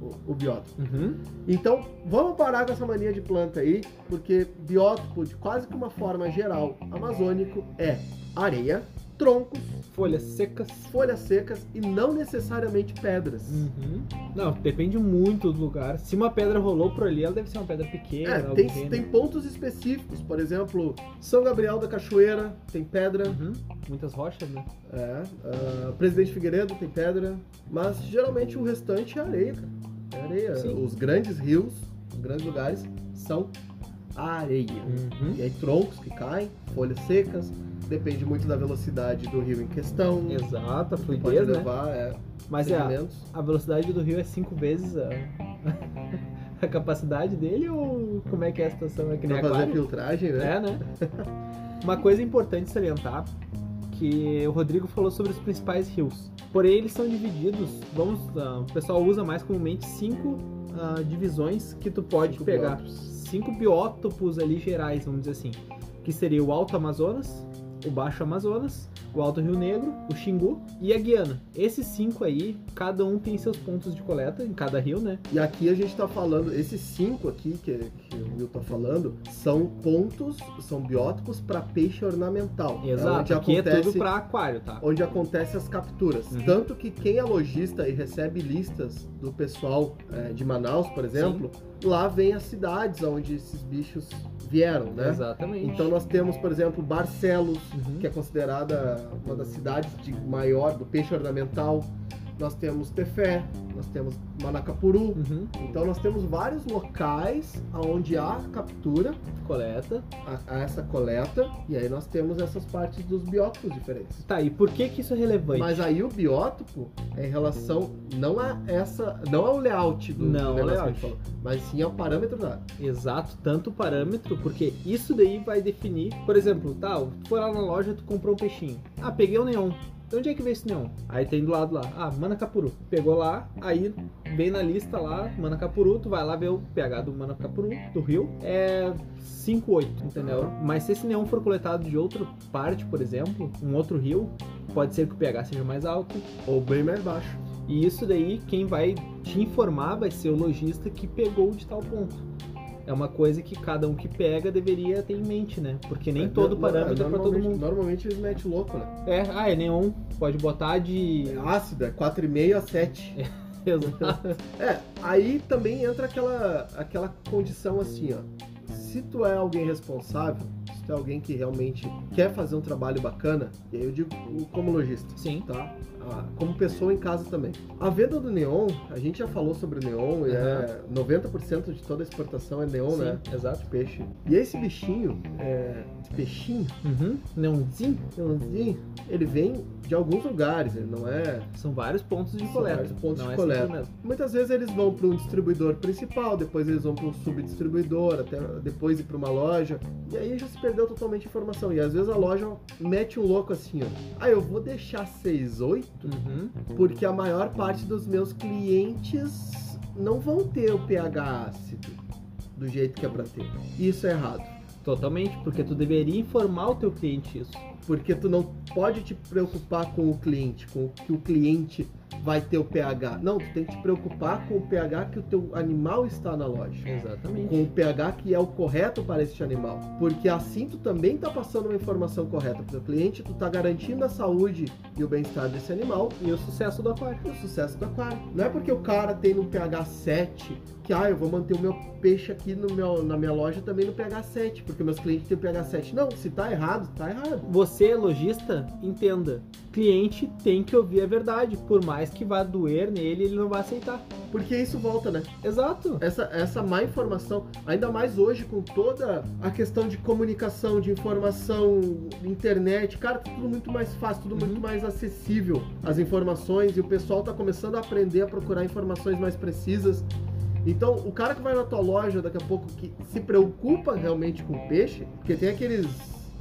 Speaker 2: o, o biótipo.
Speaker 1: Uhum.
Speaker 2: Então, vamos parar com essa mania de planta aí, porque biótipo, de quase que uma forma geral, amazônico é areia, troncos,
Speaker 1: Folhas secas.
Speaker 2: folhas secas e não necessariamente pedras.
Speaker 1: Uhum. Não, depende muito do lugar. Se uma pedra rolou por ali, ela deve ser uma pedra pequena. né?
Speaker 2: É,
Speaker 1: algo
Speaker 2: tem,
Speaker 1: do gênero.
Speaker 2: tem pontos específicos, por exemplo, São Gabriel da Cachoeira tem pedra,
Speaker 1: Uhum. Muitas rochas, né?
Speaker 2: É, ah, Presidente Figueiredo tem pedra, mas geralmente o restante é areia, cara. É areia.
Speaker 1: Sim.
Speaker 2: Os grandes rios, os grandes lugares são areia.
Speaker 1: Uhum.
Speaker 2: E aí troncos que caem, folhas secas, depende muito da velocidade do rio em questão.
Speaker 1: Exato, a
Speaker 2: Uhum. Pode
Speaker 1: fluidez, né?
Speaker 2: levar é,
Speaker 1: Mas é, a-
Speaker 2: sedimentos.
Speaker 1: a velocidade do rio é cinco vezes a, (laughs) a capacidade dele ou como é que é a situação? É que nem
Speaker 2: Pra fazer
Speaker 1: aquário?
Speaker 2: filtragem, né?
Speaker 1: É, né? Uma coisa importante salientar que o Rodrigo falou sobre os principais rios. Porém, eles são divididos, vamos, ah, o pessoal usa mais comumente cinco ah, divisões que tu pode
Speaker 2: Cinco
Speaker 1: pegar.
Speaker 2: biótopos.
Speaker 1: Cinco biótopos ali gerais, vamos dizer assim. Que seria o Alto Amazonas, o Baixo Amazonas, o Alto Rio Negro, o Xingu e a Guiana. Esses cinco aí, cada um tem seus pontos de coleta em cada rio, né?
Speaker 2: E aqui a gente tá falando, esses cinco aqui que, que o Will tá falando, são pontos, são biótopos para peixe ornamental. É
Speaker 1: Exato.
Speaker 2: onde
Speaker 1: Aqui é tudo
Speaker 2: acontece-
Speaker 1: pra aquário, tá?
Speaker 2: onde acontecem as capturas.
Speaker 1: Uhum.
Speaker 2: Tanto que quem é lojista e recebe listas do pessoal eh, de Manaus, por exemplo, lá vem as cidades onde esses bichos vieram, né?
Speaker 1: Exatamente.
Speaker 2: Então nós temos, por exemplo, Barcelos,
Speaker 1: Uhum.
Speaker 2: que é considerada uma das cidades de maior do peixe ornamental. Nós temos Tefé, nós temos Manacapuru.
Speaker 1: Uhum.
Speaker 2: Então nós temos vários locais onde há captura,
Speaker 1: Coleta.
Speaker 2: há- há essa coleta, e aí nós temos essas partes dos biótipos diferentes.
Speaker 1: Tá, e por que que isso é relevante?
Speaker 2: Mas aí o biótipo é em relação não a essa, não ao layout do,
Speaker 1: Não,
Speaker 2: do
Speaker 1: ao
Speaker 2: negócio que a
Speaker 1: layout.
Speaker 2: gente falou, mas sim ao parâmetro da.
Speaker 1: Exato, tanto parâmetro, porque isso daí vai definir, por exemplo, tá, tu foi lá na loja, tu comprou um peixinho. Ah, peguei o neon. De onde é que veio esse neon? Aí tem do lado lá, ah, Manacapuru. Pegou lá, aí vem na lista lá, Manacapuru, tu vai lá ver o pH do Manacapuru, do rio, é 5,8, entendeu? Mas se esse neon for coletado de outra parte, por exemplo, um outro rio, pode ser que o pH seja mais alto,
Speaker 2: Ou bem mais baixo.
Speaker 1: e isso daí, quem vai te informar vai ser o lojista que pegou de tal ponto. É uma coisa que cada um que pega deveria ter em mente, né? Porque nem
Speaker 2: É,
Speaker 1: todo
Speaker 2: no-
Speaker 1: parâmetro é pra todo
Speaker 2: normalmente-
Speaker 1: mundo.
Speaker 2: Normalmente eles metem louco, né?
Speaker 1: É, ah, é nenhum. Pode botar de.
Speaker 2: É ácido, é 4,5 a 7. (laughs)
Speaker 1: Exato.
Speaker 2: É, aí também entra aquela, aquela condição assim, ó. Se tu é alguém responsável, se tu é alguém que realmente quer fazer um trabalho bacana, e aí eu digo como lojista,
Speaker 1: Sim.
Speaker 2: tá? ah, como pessoa em casa também. A venda do neon, a gente já falou sobre o neon, e é 90% de toda a exportação é neon, né?
Speaker 1: Sim, exato.
Speaker 2: De peixe. E esse bichinho, é, esse peixinho,
Speaker 1: Uhum. Neonzinho?
Speaker 2: neonzinho, ele vem de alguns lugares, ele não é
Speaker 1: São vários pontos de
Speaker 2: São
Speaker 1: coleta.
Speaker 2: vários pontos
Speaker 1: não
Speaker 2: de
Speaker 1: é
Speaker 2: coleta.
Speaker 1: sempre o mesmo.
Speaker 2: Muitas vezes eles vão para um distribuidor principal, depois eles vão para um subdistribuidor, até depois ir para uma loja. E aí já se perdeu totalmente a informação. E às vezes a loja mete um louco assim, ó. Ah, eu vou deixar 6, 8,
Speaker 1: Uhum.
Speaker 2: porque a maior parte dos meus clientes não vão ter o pH ácido do jeito que é para ter. Isso é errado.
Speaker 1: Totalmente, porque tu deveria informar o teu cliente isso.
Speaker 2: Porque tu não pode te preocupar com o cliente, com o que o cliente vai ter o pH. Não, tu tem que te preocupar com o pH que o teu animal está na loja.
Speaker 1: Exatamente.
Speaker 2: Com o pH que é o correto para este animal. Porque assim tu também tá passando uma informação correta para o cliente, tu tá garantindo a saúde e o bem-estar desse animal
Speaker 1: E o sucesso do aquário.
Speaker 2: e o sucesso do aquário. Não é porque o cara tem um pH 7 que, ah, eu vou manter o meu peixe aqui no meu, na minha loja também no pH 7, porque meus clientes têm o pH 7. Não, se tá errado, tá errado.
Speaker 1: Você, lojista, entenda. Cliente tem que ouvir a verdade. Por mais que vá doer nele, ele não vai aceitar.
Speaker 2: Porque isso volta, né?
Speaker 1: Exato.
Speaker 2: Essa, essa má informação, ainda mais hoje com toda a questão de comunicação, de informação, internet, cara, tá tudo muito mais fácil, tudo
Speaker 1: Uhum.
Speaker 2: muito mais acessível as informações e o pessoal tá começando a aprender a procurar informações mais precisas. Então, o cara que vai na tua loja daqui a pouco que se preocupa realmente com o peixe, porque tem aqueles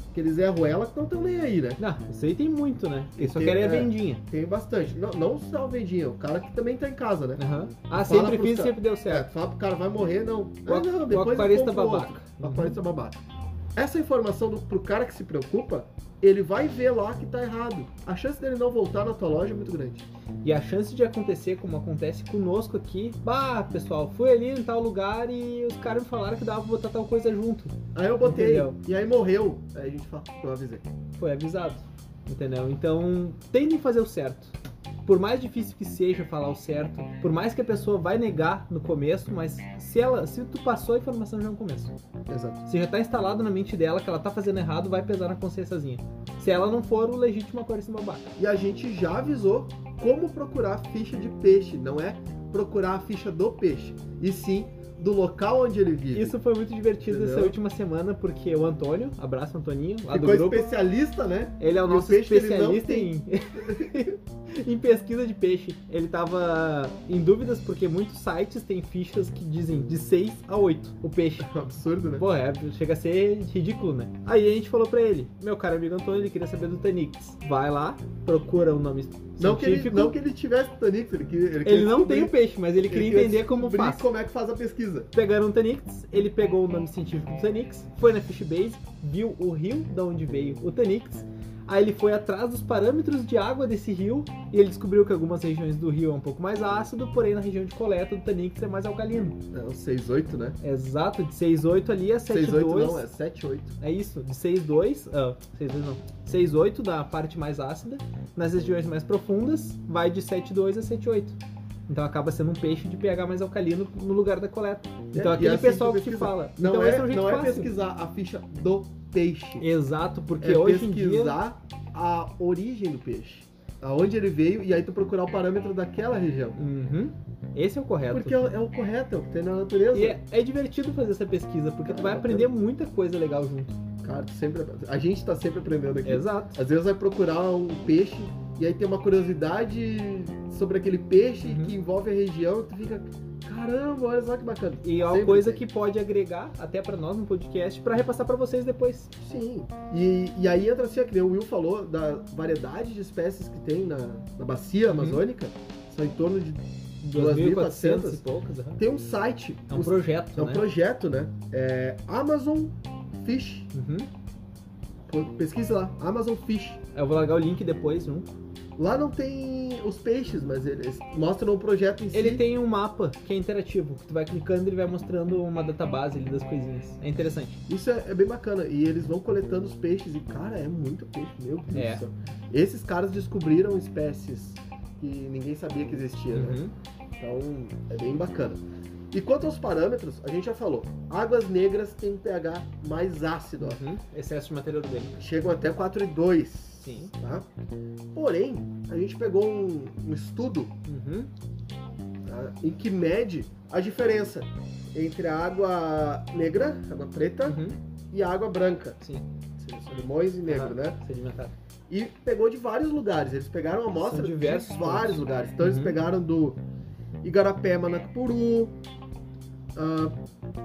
Speaker 2: aqueles erroela que não estão nem aí, né?
Speaker 1: Não, isso aí tem muito, né? Ele só
Speaker 2: Tem,
Speaker 1: quer é a
Speaker 2: é.
Speaker 1: vendinha.
Speaker 2: Tem bastante. Não, não só o vendinha, o cara que também tá em casa, né?
Speaker 1: Aham. Ah,
Speaker 2: Fala
Speaker 1: sempre
Speaker 2: pros
Speaker 1: fiz,
Speaker 2: ca-
Speaker 1: sempre deu
Speaker 2: É,
Speaker 1: certo.
Speaker 2: fala pro cara, vai morrer, não.
Speaker 1: O,
Speaker 2: Ah,
Speaker 1: aqu-
Speaker 2: não,
Speaker 1: o
Speaker 2: depois eu
Speaker 1: aquarista
Speaker 2: compro outro.
Speaker 1: babaca.
Speaker 2: Uma aparência babaca. Essa informação do, pro cara que se preocupa, ele vai ver lá que tá errado. A chance dele não voltar na tua loja é muito grande.
Speaker 1: E a chance de acontecer como acontece conosco aqui, bah, pessoal, fui ali em tal lugar e os caras me falaram que dava pra botar tal coisa junto.
Speaker 2: Aí eu botei,
Speaker 1: Entendeu.
Speaker 2: e aí morreu. Aí a gente fala, eu avisei.
Speaker 1: Foi avisado, entendeu? Então, tentem fazer o certo. Por mais difícil que seja falar o certo, por mais que a pessoa vai negar no começo, mas se ela, se tu passou a informação já no começo,
Speaker 2: Exato.
Speaker 1: se já tá instalado na mente dela que ela tá fazendo errado, vai pesar na consciênciazinha. Se ela não for o legítimo aquarista babaca.
Speaker 2: E a gente já avisou como procurar a ficha de peixe. Não é procurar a ficha do peixe, e sim do local onde ele vive.
Speaker 1: Isso foi muito divertido
Speaker 2: Entendeu?
Speaker 1: essa última semana, porque o Antônio, abraço Antoninho, lá
Speaker 2: Ficou
Speaker 1: do grupo.
Speaker 2: especialista,
Speaker 1: (laughs)
Speaker 2: né?
Speaker 1: Ele é o
Speaker 2: E o
Speaker 1: nosso
Speaker 2: peixe que ele não
Speaker 1: especialista em... em (laughs) pesquisa de peixe. Ele tava em dúvidas porque muitos sites têm fichas que dizem de 6 a 8 o peixe.
Speaker 2: Absurdo, né?
Speaker 1: Pô, é, chega a ser ridículo, né? Aí a gente falou pra ele, meu caro amigo Antônio, ele queria saber do Tanix. Vai lá, procura o nome
Speaker 2: Não que, ele,
Speaker 1: científico.
Speaker 2: não que ele tivesse Tanix, ele, que- ele,
Speaker 1: Ele
Speaker 2: queria
Speaker 1: não tem o
Speaker 2: descobrir-
Speaker 1: peixe, mas ele queria
Speaker 2: queria
Speaker 1: entender como
Speaker 2: descobrir
Speaker 1: faz.
Speaker 2: como é que faz a pesquisa.
Speaker 1: Pegaram o Tanix, ele pegou o nome científico do Tanix, foi na Fishbase, viu o rio de onde veio o Tanix, aí ele foi atrás dos parâmetros de água desse rio e ele descobriu que algumas regiões do rio é um pouco mais ácido, porém na região de coleta do Tanix é mais alcalino.
Speaker 2: É um 6-8, né?
Speaker 1: Exato, de 6,8 ali a
Speaker 2: 6-8 não,
Speaker 1: 7,2.
Speaker 2: é 7-8.
Speaker 1: É isso, de 6,2, ah, 6,2 não, 6,8 da parte mais ácida, nas regiões mais profundas vai de 7,2 a 7,8. Então acaba sendo um peixe de pH mais alcalino no lugar da coleta. Então
Speaker 2: É, e
Speaker 1: aquele
Speaker 2: assim
Speaker 1: pessoal
Speaker 2: tu
Speaker 1: que te
Speaker 2: pesquisa.
Speaker 1: fala,
Speaker 2: Não
Speaker 1: então esse é um
Speaker 2: é,
Speaker 1: jeito
Speaker 2: não é
Speaker 1: fácil.
Speaker 2: pesquisar a ficha do peixe.
Speaker 1: Exato, porque
Speaker 2: é
Speaker 1: hoje em dia
Speaker 2: pesquisar a origem do peixe. Aonde ele veio e aí tu procurar o parâmetro daquela região.
Speaker 1: Uhum. esse é o correto.
Speaker 2: Porque é, o- é o correto, é o que tem na natureza.
Speaker 1: E é, é divertido fazer essa pesquisa, porque tu vai
Speaker 2: Ah,
Speaker 1: aprender muita coisa legal junto.
Speaker 2: Cara, tu sempre, a gente tá sempre aprendendo aqui.
Speaker 1: Exato.
Speaker 2: Às vezes vai procurar um peixe e aí tem uma curiosidade sobre aquele peixe
Speaker 1: Uhum.
Speaker 2: que envolve a região e tu fica, caramba, olha só que bacana.
Speaker 1: E é uma
Speaker 2: Sempre
Speaker 1: coisa
Speaker 2: tem.
Speaker 1: que pode agregar até pra nós no podcast, pra repassar pra vocês depois.
Speaker 2: Sim. E, e aí entra assim, ó, que nem o Will falou, da variedade de espécies que tem na, na bacia
Speaker 1: Uhum.
Speaker 2: amazônica, são em torno de 2.400.
Speaker 1: e poucas. aham.
Speaker 2: Tem um site,
Speaker 1: É um
Speaker 2: um-
Speaker 1: projeto,
Speaker 2: é um
Speaker 1: né?
Speaker 2: projeto, né? É Amazon Fish.
Speaker 1: Uhum.
Speaker 2: Pô, Pesquise lá, Amazon Fish.
Speaker 1: Eu vou largar o link depois um. junto.
Speaker 2: Lá não tem os peixes, mas eles mostram o projeto em si.
Speaker 1: Ele tem um mapa que é interativo, que tu vai clicando e ele vai mostrando uma database ali das coisinhas. É interessante.
Speaker 2: Isso é, é bem bacana. E eles vão coletando os peixes. E, cara, é muito peixe. Meu Deus
Speaker 1: É.
Speaker 2: do céu. Esses caras descobriram espécies que ninguém sabia que existia, né?
Speaker 1: Uhum.
Speaker 2: Então é bem bacana. E quanto aos parâmetros, a gente já falou. Águas negras têm um pH mais ácido. ó.
Speaker 1: Uhum. Excesso de matéria orgânica.
Speaker 2: Chegam até 4,2.
Speaker 1: Sim.
Speaker 2: tá? Porém, a gente pegou um, um estudo
Speaker 1: Uhum.
Speaker 2: tá? em que mede a diferença entre a água negra, água preta,
Speaker 1: Uhum.
Speaker 2: e a água branca.
Speaker 1: Sim.
Speaker 2: Limões e negro,
Speaker 1: Aham,
Speaker 2: né?
Speaker 1: Sedimentado.
Speaker 2: E pegou de vários lugares. Eles pegaram a amostra
Speaker 1: São
Speaker 2: de
Speaker 1: diversos
Speaker 2: vários
Speaker 1: pontos.
Speaker 2: lugares. Então eles
Speaker 1: Uhum.
Speaker 2: pegaram do Igarapé, Manacapuru, ah,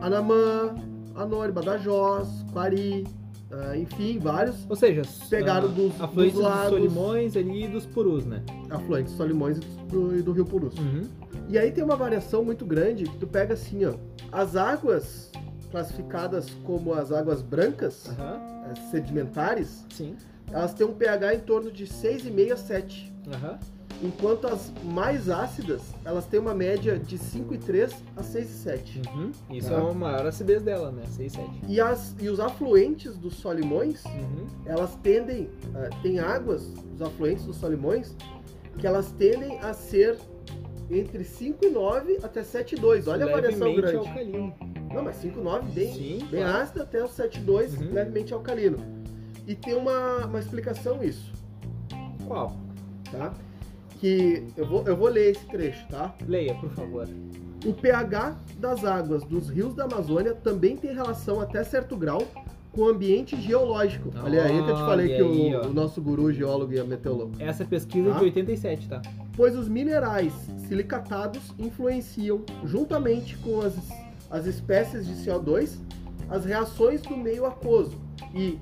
Speaker 2: Anamã, Anori, Badajoz, Quari, ah, enfim, vários
Speaker 1: Ou seja,
Speaker 2: Pegaram
Speaker 1: ah,
Speaker 2: dos-
Speaker 1: afluentes
Speaker 2: dos lagos.
Speaker 1: Solimões ali e dos Purus, né?
Speaker 2: afluentes, Solimões e do, e do Rio Purus.
Speaker 1: Uhum.
Speaker 2: E aí tem uma variação muito grande que tu pega assim, ó. As águas classificadas como as águas brancas,
Speaker 1: Aham.
Speaker 2: as sedimentares,
Speaker 1: Sim.
Speaker 2: elas têm um pH em torno de 6,5 a 7.
Speaker 1: Aham.
Speaker 2: Enquanto as mais ácidas, elas têm uma média de 5,3 a 6,7.
Speaker 1: Uhum. Isso
Speaker 2: Tá.
Speaker 1: é uma maior acidez dela, né? 6, 7.
Speaker 2: E, as, e os afluentes dos Solimões,
Speaker 1: Uhum.
Speaker 2: elas tendem, ah, tem águas, os afluentes dos Solimões, que elas tendem a ser entre 5,9 até 7,2. Olha a variação
Speaker 1: Levemente
Speaker 2: grande.
Speaker 1: alcalino.
Speaker 2: Não, mas 5,9 bem,
Speaker 1: Sim,
Speaker 2: bem
Speaker 1: claro.
Speaker 2: ácido até o 7,2,
Speaker 1: Uhum.
Speaker 2: levemente alcalino. E tem uma, uma explicação isso,
Speaker 1: Qual?
Speaker 2: tá? Que eu vou, eu vou ler esse trecho, tá?
Speaker 1: Leia, por favor.
Speaker 2: O pH das águas dos rios da Amazônia também tem relação até certo grau com o ambiente geológico. Olha aí que eu te falei
Speaker 1: Olha
Speaker 2: que
Speaker 1: aí,
Speaker 2: o,
Speaker 1: ó.
Speaker 2: o nosso guru geólogo e meteorólogo.
Speaker 1: Essa pesquisa é
Speaker 2: Tá.
Speaker 1: de 87, tá?
Speaker 2: Pois os minerais silicatados influenciam, juntamente com as, as espécies de CO2, as reações do meio aquoso e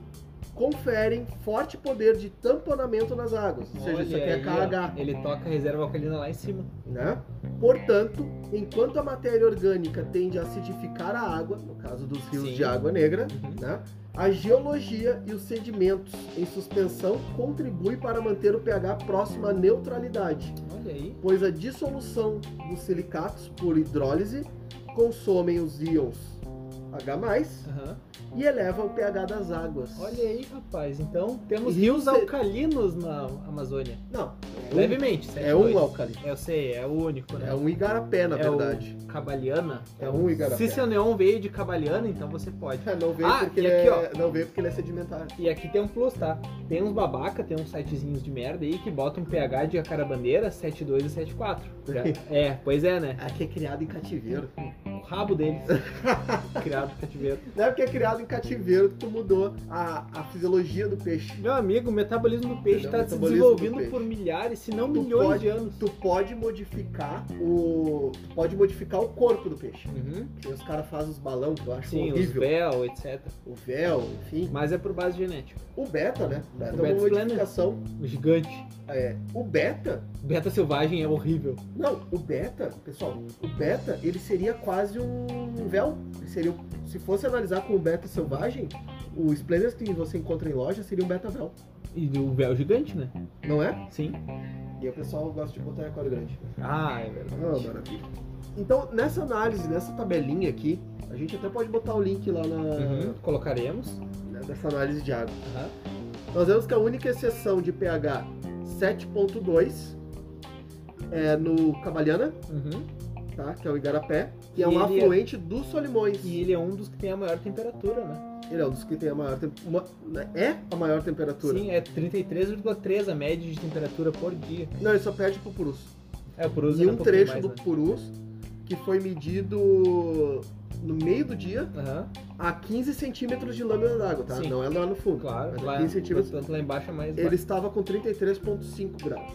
Speaker 2: conferem forte poder de tamponamento nas águas. Ou seja,
Speaker 1: Olha
Speaker 2: isso aqui é
Speaker 1: aí, ó.
Speaker 2: KH.
Speaker 1: Ele toca a reserva alcalina lá em cima.
Speaker 2: né? Portanto, enquanto a matéria orgânica tende a acidificar a água, no caso dos rios
Speaker 1: Sim.
Speaker 2: de água negra,
Speaker 1: Uhum.
Speaker 2: né? a geologia e os sedimentos em suspensão contribuem para manter o pH próximo à neutralidade,
Speaker 1: Olha aí.
Speaker 2: pois a dissolução dos silicatos por hidrólise consomem os íons H+,
Speaker 1: Aham.
Speaker 2: e eleva o pH das águas.
Speaker 1: Olha aí, rapaz. Então, temos
Speaker 2: E
Speaker 1: rios
Speaker 2: se-
Speaker 1: alcalinos na Amazônia.
Speaker 2: Não, é um-
Speaker 1: Levemente, 7,
Speaker 2: é um alcalino.
Speaker 1: Eu sei, é o único, né?
Speaker 2: É um igarapé, na
Speaker 1: É o-
Speaker 2: verdade.
Speaker 1: Cabaliana.
Speaker 2: É um igarapé.
Speaker 1: Se seu neon veio de Cabaliana, então você pode.
Speaker 2: É, Não veio,
Speaker 1: Ah,
Speaker 2: porque
Speaker 1: e aqui,
Speaker 2: ele é... não veio porque ele é sedimentar.
Speaker 1: E aqui tem um plus, tá? Tem uns babaca, tem uns sitezinhos de merda aí que botam um pH de acarabandeira 72 e 74. Já- é, pois é, né?
Speaker 2: Aqui é criado em cativeiro.
Speaker 1: O rabo
Speaker 2: (laughs)
Speaker 1: deles. Criado no cativeiro.
Speaker 2: Não é porque é criado em cativeiro que tu mudou a, a fisiologia do peixe.
Speaker 1: Meu amigo, o metabolismo do peixe
Speaker 2: Entendeu?
Speaker 1: está
Speaker 2: O
Speaker 1: se
Speaker 2: metabolismo do
Speaker 1: desenvolvendo
Speaker 2: peixe.
Speaker 1: por milhares, se não
Speaker 2: Tu
Speaker 1: milhões
Speaker 2: pode-
Speaker 1: de anos.
Speaker 2: Tu pode modificar o. Tu pode modificar o corpo do peixe.
Speaker 1: Uhum.
Speaker 2: Porque os caras fazem os balão, que eu acho
Speaker 1: Sim, os
Speaker 2: É horrível.
Speaker 1: véu, etc.
Speaker 2: O véu, enfim.
Speaker 1: Mas é por base genética.
Speaker 2: O beta, né? O beta
Speaker 1: O
Speaker 2: é uma
Speaker 1: beta explainer.
Speaker 2: modificação.
Speaker 1: O gigante.
Speaker 2: É, o beta.
Speaker 1: Beta selvagem é horrível.
Speaker 2: Não, o beta, pessoal, o beta ele seria quase um véu. Ele seria, se fosse analisar com o beta selvagem, o Splendor que você encontra em loja seria um beta véu,
Speaker 1: E o véu gigante, né?
Speaker 2: não é?
Speaker 1: Sim.
Speaker 2: E o pessoal gosta de botar em aquário grande.
Speaker 1: Ah, é verdade.
Speaker 2: Ah, maravilha. Então, nessa análise, nessa tabelinha aqui, a gente até pode botar o link lá na,
Speaker 1: Uhum. Colocaremos.
Speaker 2: né, dessa análise de água.
Speaker 1: Aham.
Speaker 2: Nós vemos que a única exceção de pH 7.2 é no Cabaliana,
Speaker 1: Uhum.
Speaker 2: tá? Que é o Igarapé, que é
Speaker 1: E
Speaker 2: um
Speaker 1: ele é-
Speaker 2: afluente dos Solimões.
Speaker 1: E ele é um dos que tem a maior temperatura, né?
Speaker 2: Ele é um dos que tem a maior temperatura. É a maior temperatura.
Speaker 1: Sim, é 33,3 a média de temperatura por dia.
Speaker 2: Não, ele só perde pro Purus.
Speaker 1: É, o Purus
Speaker 2: E
Speaker 1: era
Speaker 2: um
Speaker 1: pouquinho
Speaker 2: trecho
Speaker 1: mais,
Speaker 2: do
Speaker 1: né?
Speaker 2: Purus que foi medido no meio do dia
Speaker 1: Aham,
Speaker 2: a 15 centímetros de lâmina d'água, tá?
Speaker 1: Sim.
Speaker 2: Não é lá no fundo.
Speaker 1: claro.
Speaker 2: mas
Speaker 1: Lá,
Speaker 2: a 15 centímetros.
Speaker 1: Tanto lá embaixo é mais
Speaker 2: Ele
Speaker 1: baixo.
Speaker 2: estava com 33,5 graus.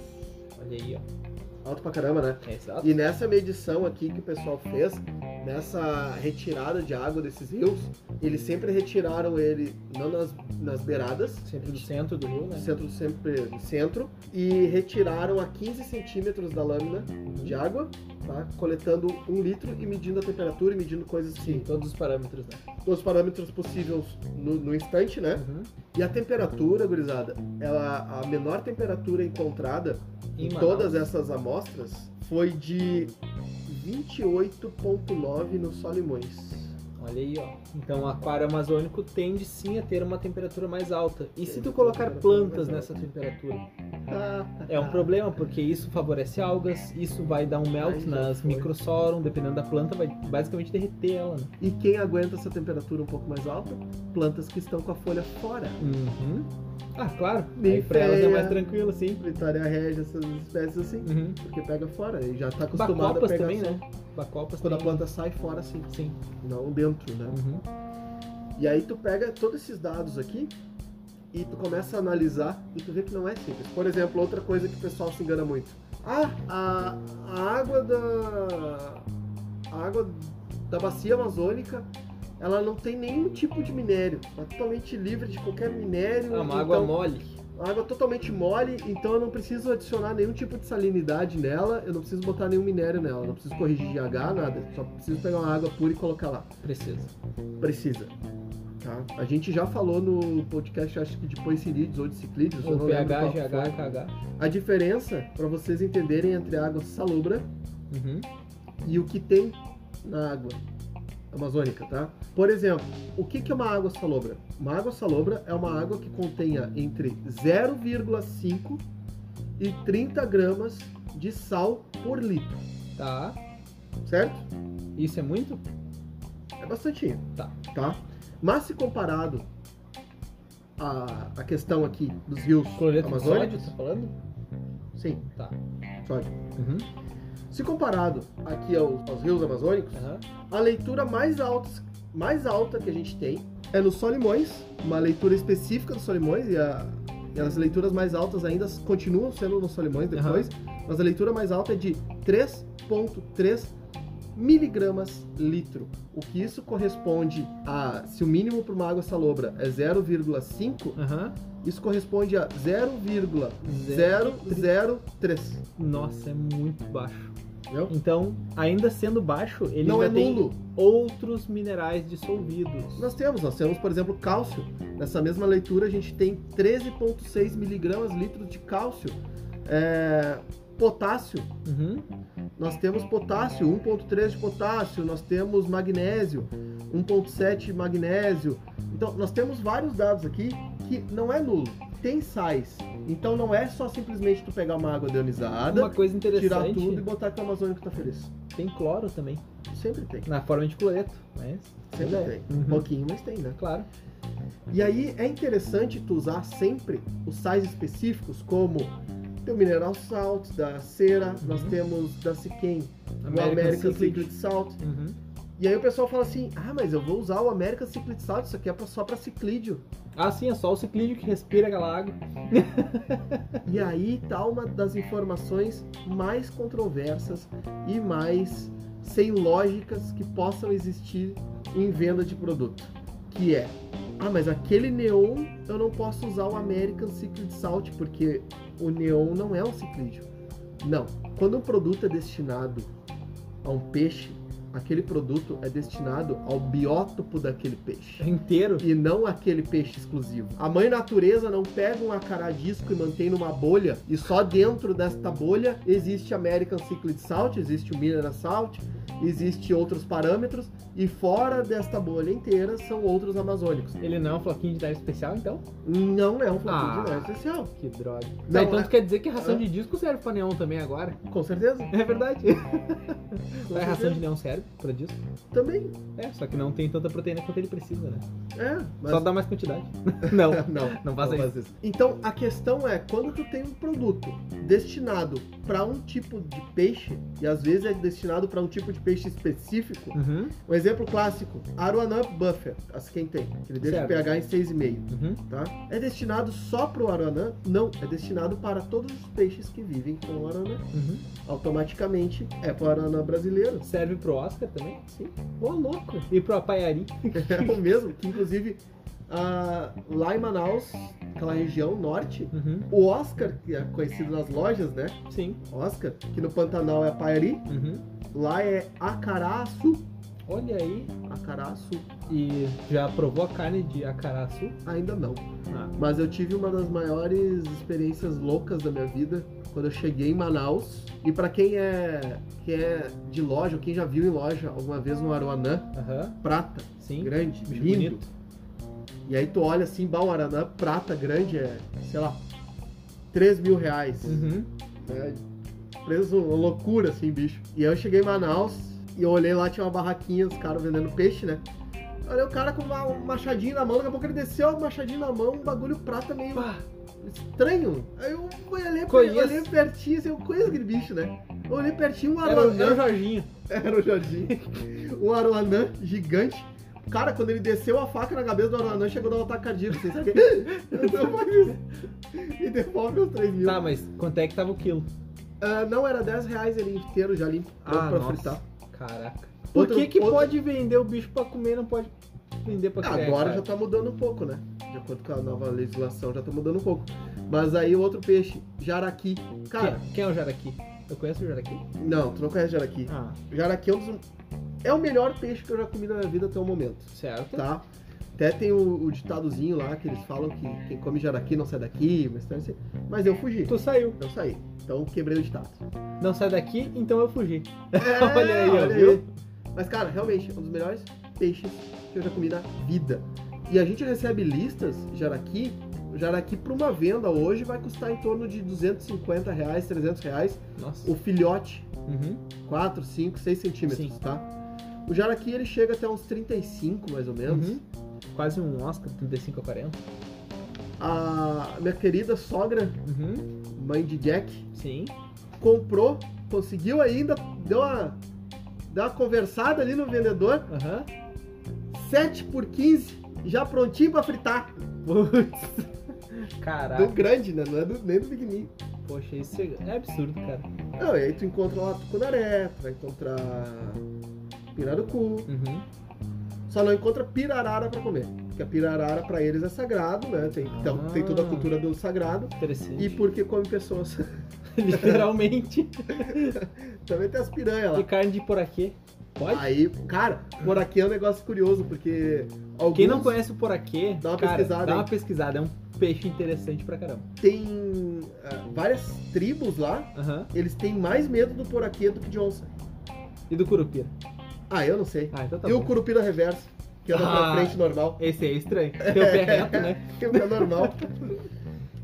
Speaker 1: Olha aí, ó.
Speaker 2: Alto pra caramba, né?
Speaker 1: É exato.
Speaker 2: E nessa medição aqui que o pessoal fez, nessa retirada de água desses rios, eles sempre retiraram ele não nas, nas beiradas,
Speaker 1: Sempre do centro do rio, né?
Speaker 2: no centro sempre no centro, e retiraram a 15 centímetros da lâmina de água, tá? Coletando um litro e medindo a temperatura e medindo coisas
Speaker 1: Sim,
Speaker 2: assim,
Speaker 1: todos os parâmetros, né?
Speaker 2: os parâmetros possíveis no, no instante, né?
Speaker 1: Uhum.
Speaker 2: E a temperatura, gurizada, ela, a menor temperatura encontrada
Speaker 1: Em
Speaker 2: em
Speaker 1: Manaus.
Speaker 2: todas essas amostras foi de 28,9 no Solimões.
Speaker 1: Olha aí, ó. Então, o aquário amazônico tende sim a ter uma temperatura mais alta. E se
Speaker 2: Tem
Speaker 1: tu
Speaker 2: uma
Speaker 1: colocar
Speaker 2: temperatura mais
Speaker 1: plantas
Speaker 2: alta. Ah.
Speaker 1: nessa temperatura? É um problema porque isso favorece algas, isso vai dar um melt
Speaker 2: Aí já
Speaker 1: nas
Speaker 2: foi.
Speaker 1: microsorum, dependendo da planta, vai basicamente derreter ela. né?
Speaker 2: E quem aguenta essa temperatura um pouco mais alta? Plantas que estão com a folha fora.
Speaker 1: Uhum. Ah, claro.
Speaker 2: Bem
Speaker 1: Aí pra elas é
Speaker 2: feia.
Speaker 1: mais tranquilo, sim.
Speaker 2: Británia regia essas espécies assim,
Speaker 1: Uhum.
Speaker 2: porque pega fora e já tá acostumado a
Speaker 1: Bacopas
Speaker 2: pegar
Speaker 1: também,
Speaker 2: sol.
Speaker 1: né? Bacopas
Speaker 2: Quando a
Speaker 1: também.
Speaker 2: planta sai fora assim,
Speaker 1: Sim.
Speaker 2: não dentro, né?
Speaker 1: Uhum.
Speaker 2: E aí tu pega todos esses dados aqui e tu começa a analisar e tu vê que não é simples. Por exemplo, outra coisa que o pessoal se engana muito. Ah, a, a água da a água da bacia amazônica, ela não tem nenhum tipo de minério, ela é totalmente livre de qualquer minério.
Speaker 1: Ah, uma água
Speaker 2: então-
Speaker 1: mole.
Speaker 2: uma água totalmente mole, então eu não preciso adicionar nenhum tipo de salinidade nela, eu não preciso botar nenhum minério nela, eu não preciso corrigir GH, nada, eu só preciso pegar uma água pura e colocar lá.
Speaker 1: Precisa.
Speaker 2: Precisa. Tá? A gente já falou no podcast, acho que de Poicilídeos ou de Ciclídeos, eu
Speaker 1: O
Speaker 2: não lembro
Speaker 1: pH,
Speaker 2: qual
Speaker 1: GH,
Speaker 2: foi.
Speaker 1: KH.
Speaker 2: A diferença, para vocês entenderem, entre a água salobra
Speaker 1: Uhum.
Speaker 2: e o que tem na água amazônica, tá? Por exemplo, o que que é uma água salobra? Uma água salobra é uma água que contenha entre 0,5 e 30 gramas de sal por litro,
Speaker 1: Tá.
Speaker 2: certo?
Speaker 1: Isso é muito?
Speaker 2: É bastante.
Speaker 1: Tá.
Speaker 2: tá? Mas se comparado à, à questão aqui dos rios
Speaker 1: Cloreto de
Speaker 2: amazônicos,
Speaker 1: sódio, tá falando?
Speaker 2: sim,
Speaker 1: Tá.
Speaker 2: sódio.
Speaker 1: Uhum.
Speaker 2: Se comparado aqui aos- aos rios amazônicos,
Speaker 1: Aham.
Speaker 2: A leitura mais alta, mais alta que a gente tem é no Solimões, uma leitura específica do Solimões, e, a- e as leituras mais altas ainda continuam sendo no Solimões depois, mas a leitura mais alta é de 3,3 miligramas litro. O que isso corresponde a, se o mínimo para uma água salobra é 0,5,
Speaker 1: Aham.
Speaker 2: isso corresponde a 0,003.
Speaker 1: Nossa, é muito baixo.
Speaker 2: Entendeu?
Speaker 1: Então, ainda sendo baixo, ele
Speaker 2: Não é
Speaker 1: ainda tem
Speaker 2: nulo.
Speaker 1: outros minerais dissolvidos.
Speaker 2: Nós temos, nós temos, por exemplo, cálcio. Nessa mesma leitura a gente tem 13,6 miligramas litros de cálcio. É, potássio,
Speaker 1: Uhum.
Speaker 2: nós temos potássio, 1,3 de potássio, nós temos magnésio, 1,7 de magnésio. Então, nós temos vários dados aqui que não é nulo, tem sais. Então, não é só simplesmente tu pegar uma água
Speaker 1: Uma
Speaker 2: deionizada,
Speaker 1: coisa
Speaker 2: tirar
Speaker 1: interessante,
Speaker 2: tudo e botar que o amazônico tá feliz.
Speaker 1: tem cloro também,
Speaker 2: Sempre tem,
Speaker 1: na forma de cloreto, mas...
Speaker 2: sempre
Speaker 1: É.
Speaker 2: tem. Um
Speaker 1: Uhum.
Speaker 2: pouquinho, mas tem, né?
Speaker 1: Claro.
Speaker 2: E aí é interessante tu usar sempre os sais específicos, como tem o mineral salt da cera,
Speaker 1: Uhum.
Speaker 2: nós temos da Siquem, o
Speaker 1: American
Speaker 2: American
Speaker 1: Secret.
Speaker 2: Secret Salt.
Speaker 1: Uhum.
Speaker 2: E aí o pessoal fala assim, ah, mas eu vou usar o American Secret Salt, isso aqui é pra- só pra ciclídeo.
Speaker 1: Ah, sim, é só o ciclídeo que respira aquela água.
Speaker 2: E aí tá uma das informações mais controversas e mais sem lógicas que possam existir em venda de produto, que é ah, mas aquele neon eu não posso usar o American Secret Salt porque o neon não é um ciclídeo. Não. Quando um produto é destinado a um peixe, aquele produto é destinado ao biótopo daquele peixe
Speaker 1: Inteiro.
Speaker 2: e não aquele peixe exclusivo. A mãe natureza não pega um acaradisco e mantém numa bolha e só dentro desta bolha existe American Ciclid Salt, existe o Mineral Salt, existe outros parâmetros e fora desta bolha inteira são outros amazônicos.
Speaker 1: Ele não é um floquinho de neve especial, então?
Speaker 2: Não é um floquinho
Speaker 1: Ah.
Speaker 2: de neve especial,
Speaker 1: Que droga.
Speaker 2: Não,
Speaker 1: Tá, então
Speaker 2: é-
Speaker 1: tu quer dizer que a ração de disco serve pra neon também
Speaker 2: (laughs)
Speaker 1: agora?
Speaker 2: com certeza.
Speaker 1: É verdade.
Speaker 2: Com
Speaker 1: a é ração
Speaker 2: certeza.
Speaker 1: de neon serve pra disco?
Speaker 2: Também.
Speaker 1: É, só que não tem tanta proteína quanto ele precisa, né?
Speaker 2: É, mas
Speaker 1: Só dá mais quantidade. (laughs) não,
Speaker 2: (laughs) não.
Speaker 1: não faz isso.
Speaker 2: Então a questão é quando tu tem um produto destinado para um tipo de peixe e às vezes é destinado para um tipo de peixe específico.
Speaker 1: Uhum,
Speaker 2: Um exemplo clássico, Arowana Buffer, as quem tem, que ele deixa
Speaker 1: Certo.
Speaker 2: o pH em 6,5,
Speaker 1: uhum.
Speaker 2: tá? É destinado só pro Arowana? Não, é destinado para todos os peixes que vivem com o Arowana.
Speaker 1: Uhum.
Speaker 2: Automaticamente é pro Arowana brasileiro. (laughs)
Speaker 1: Serve pro Oscar também?
Speaker 2: Sim.
Speaker 1: Ô, louco. E pro Apaiari?
Speaker 2: É o mesmo, que inclusive ah, lá em Manaus, aquela região norte,
Speaker 1: Uhum.
Speaker 2: o Oscar, que é conhecido nas lojas, né?
Speaker 1: Sim.
Speaker 2: Oscar, que no Pantanal é Pairi,
Speaker 1: Uhum.
Speaker 2: lá é Acaraçu.
Speaker 1: Olha aí.
Speaker 2: Acaraçu
Speaker 1: E já provou a carne de acaraçu?
Speaker 2: ainda não.
Speaker 1: Ah.
Speaker 2: Mas eu tive uma das maiores experiências loucas da minha vida quando eu cheguei em Manaus. E pra quem é quem é de loja, ou quem já viu em loja alguma vez um aruanã
Speaker 1: Aham.
Speaker 2: prata,
Speaker 1: Sim.
Speaker 2: grande,
Speaker 1: Bicho
Speaker 2: lindo.
Speaker 1: bonito.
Speaker 2: E aí tu olha assim, bah, um aruanã prata grande é, sei lá, 3 mil reais.
Speaker 1: Uhum.
Speaker 2: né? Preço, uma loucura, assim, bicho. E aí eu cheguei em Manaus e eu olhei lá, tinha uma barraquinha, os caras vendendo peixe, né? Eu Olhei o cara com uma, um machadinho na mão, daqui a pouco ele desceu, um machadinho na mão, um bagulho prata meio
Speaker 1: Pá,
Speaker 2: estranho. Aí eu olhei, pra
Speaker 1: Conheço.
Speaker 2: ele, olhei pertinho, assim, eu conheço aquele bicho, né? Eu olhei pertinho, um
Speaker 1: era, o- era o
Speaker 2: aruanã.
Speaker 1: Jorginho.
Speaker 2: (laughs) Era o Jorginho. Um aruanã gigante. Cara, quando ele desceu a faca na cabeça do aruanã, chegou a dar um ataque cardíaco, assim, sabe? (laughs) Não faz isso. E devolve os 3 mil.
Speaker 1: Tá, mas quanto é que tava o quilo?
Speaker 2: Ah, não, era 10 reais ele inteiro já limpo
Speaker 1: Ah,
Speaker 2: pronto pra fritar.
Speaker 1: Caraca. Por
Speaker 2: Outro-
Speaker 1: que que
Speaker 2: outro-
Speaker 1: pode vender o bicho pra comer e não pode vender pra criar?
Speaker 2: Agora
Speaker 1: é, cara?
Speaker 2: já tá mudando um pouco, né? De acordo com a nova legislação, já tá mudando um pouco. Mas aí o outro peixe, jaraqui. Cara,
Speaker 1: Quem, quem é o Jaraqui? Eu conheço o Jaraqui?
Speaker 2: não, tu não conhece jaraqui.
Speaker 1: Ah,
Speaker 2: Jaraqui é um dos. É o melhor peixe que eu já comi na minha vida até o momento,
Speaker 1: certo.
Speaker 2: tá? Até tem o, o ditadozinho lá que eles falam que quem come jaraqui não sai daqui, mas, tá assim. mas eu fugi.
Speaker 1: Tu saiu.
Speaker 2: Eu saí. Então quebrei o ditado.
Speaker 1: Não sai daqui, então eu fugi. (laughs)
Speaker 2: É,
Speaker 1: Olha aí, ó, viu?
Speaker 2: Mas, cara, realmente, é um dos melhores peixes que eu já comi na vida. E a gente recebe listas, jaraqui, jaraqui para uma venda hoje vai custar em torno de 250 reais, 300 reais,
Speaker 1: Nossa.
Speaker 2: o filhote,
Speaker 1: Uhum.
Speaker 2: 4, 5, 6 centímetros,
Speaker 1: Sim.
Speaker 2: tá? O jaraqui, ele chega até uns 35, mais ou menos.
Speaker 1: Uhum. Quase um Oscar, 35 a 40.
Speaker 2: A minha querida sogra,
Speaker 1: Uhum.
Speaker 2: mãe de Jack,
Speaker 1: Sim.
Speaker 2: comprou, conseguiu ainda, deu uma, deu uma conversada ali no vendedor,
Speaker 1: Aham.
Speaker 2: 7 por 15, já prontinho pra fritar.
Speaker 1: Putz. (laughs)
Speaker 2: Do
Speaker 1: Caraca.
Speaker 2: grande, né? Não é do, nem do pequenininho.
Speaker 1: Poxa, isso é é absurdo, cara.
Speaker 2: Não, e aí tu encontra lá tucunaré, tu vai encontrar pirarucu.
Speaker 1: Uhum.
Speaker 2: Só não encontra pirarara pra comer. Porque a pirarara pra eles é sagrado, né? Tem, então,
Speaker 1: Ah.
Speaker 2: tem toda a cultura do sagrado.
Speaker 1: Interessante.
Speaker 2: E porque come pessoas. (laughs)
Speaker 1: (laughs) Literalmente.
Speaker 2: Também tem as piranhas lá.
Speaker 1: E carne de poraquê? Pode?
Speaker 2: Aí, cara, poraquê é um negócio curioso, porque alguns
Speaker 1: Quem não conhece o poraquê,
Speaker 2: Dá uma
Speaker 1: cara,
Speaker 2: pesquisada,
Speaker 1: dá uma
Speaker 2: hein?
Speaker 1: pesquisada. É um peixe interessante pra caramba.
Speaker 2: tem ah, várias tribos lá,
Speaker 1: Aham.
Speaker 2: eles têm mais medo do poraquê do que de onça.
Speaker 1: E do curupira?
Speaker 2: Ah, eu não sei.
Speaker 1: Ah, então tá
Speaker 2: e
Speaker 1: bom.
Speaker 2: o curupira reverso, que anda pra
Speaker 1: Ah.
Speaker 2: frente normal.
Speaker 1: Esse aí é estranho. Tem o pé reto, né?
Speaker 2: Que é normal. (laughs)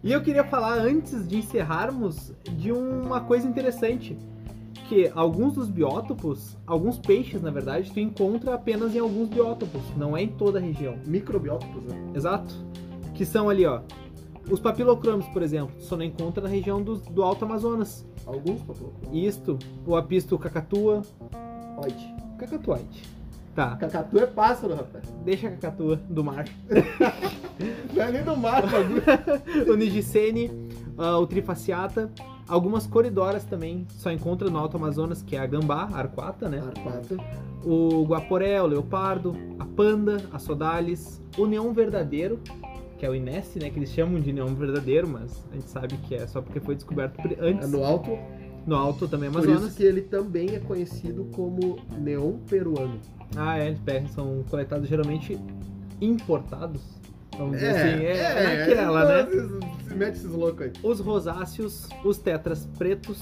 Speaker 1: E eu queria falar, antes de encerrarmos, de uma coisa interessante. Que alguns dos biótopos, alguns peixes, na verdade, tu encontra apenas em alguns biótopos, não é em toda a região.
Speaker 2: Microbiótopos, né?
Speaker 1: Exato? Que são ali, ó. Os papilocromos, por exemplo, tu só não encontra na região do, do Alto Amazonas.
Speaker 2: Alguns papilocos.
Speaker 1: Isto, o apisto cacatua.
Speaker 2: Pode.
Speaker 1: Cacatuite. Tá,
Speaker 2: Cacatu é pássaro, rapaz.
Speaker 1: deixa a cacatua do mar.
Speaker 2: Não é nem do mar,
Speaker 1: tá
Speaker 2: bagulho.
Speaker 1: (laughs)
Speaker 2: (laughs)
Speaker 1: o Nigicene, ah, o Trifaciata. Algumas coridoras também só encontra no Alto Amazonas, que é a gambá, a arquata, né?
Speaker 2: Arpato.
Speaker 1: O guaporé, o leopardo, a panda, a sodales, o neon verdadeiro, que é o Inesse, né? Que eles chamam de neon verdadeiro, mas a gente sabe que é só porque foi descoberto pri-
Speaker 2: É
Speaker 1: antes,
Speaker 2: no alto.
Speaker 1: no Alto também
Speaker 2: Por
Speaker 1: Amazonas.
Speaker 2: isso que ele também é conhecido como neon peruano.
Speaker 1: Ah, é, eles pegam, são coletados geralmente importados, vamos dizer assim. É, é naquela, né?
Speaker 2: né? Se mete esses loucos aí.
Speaker 1: os rosáceos, os tetras pretos.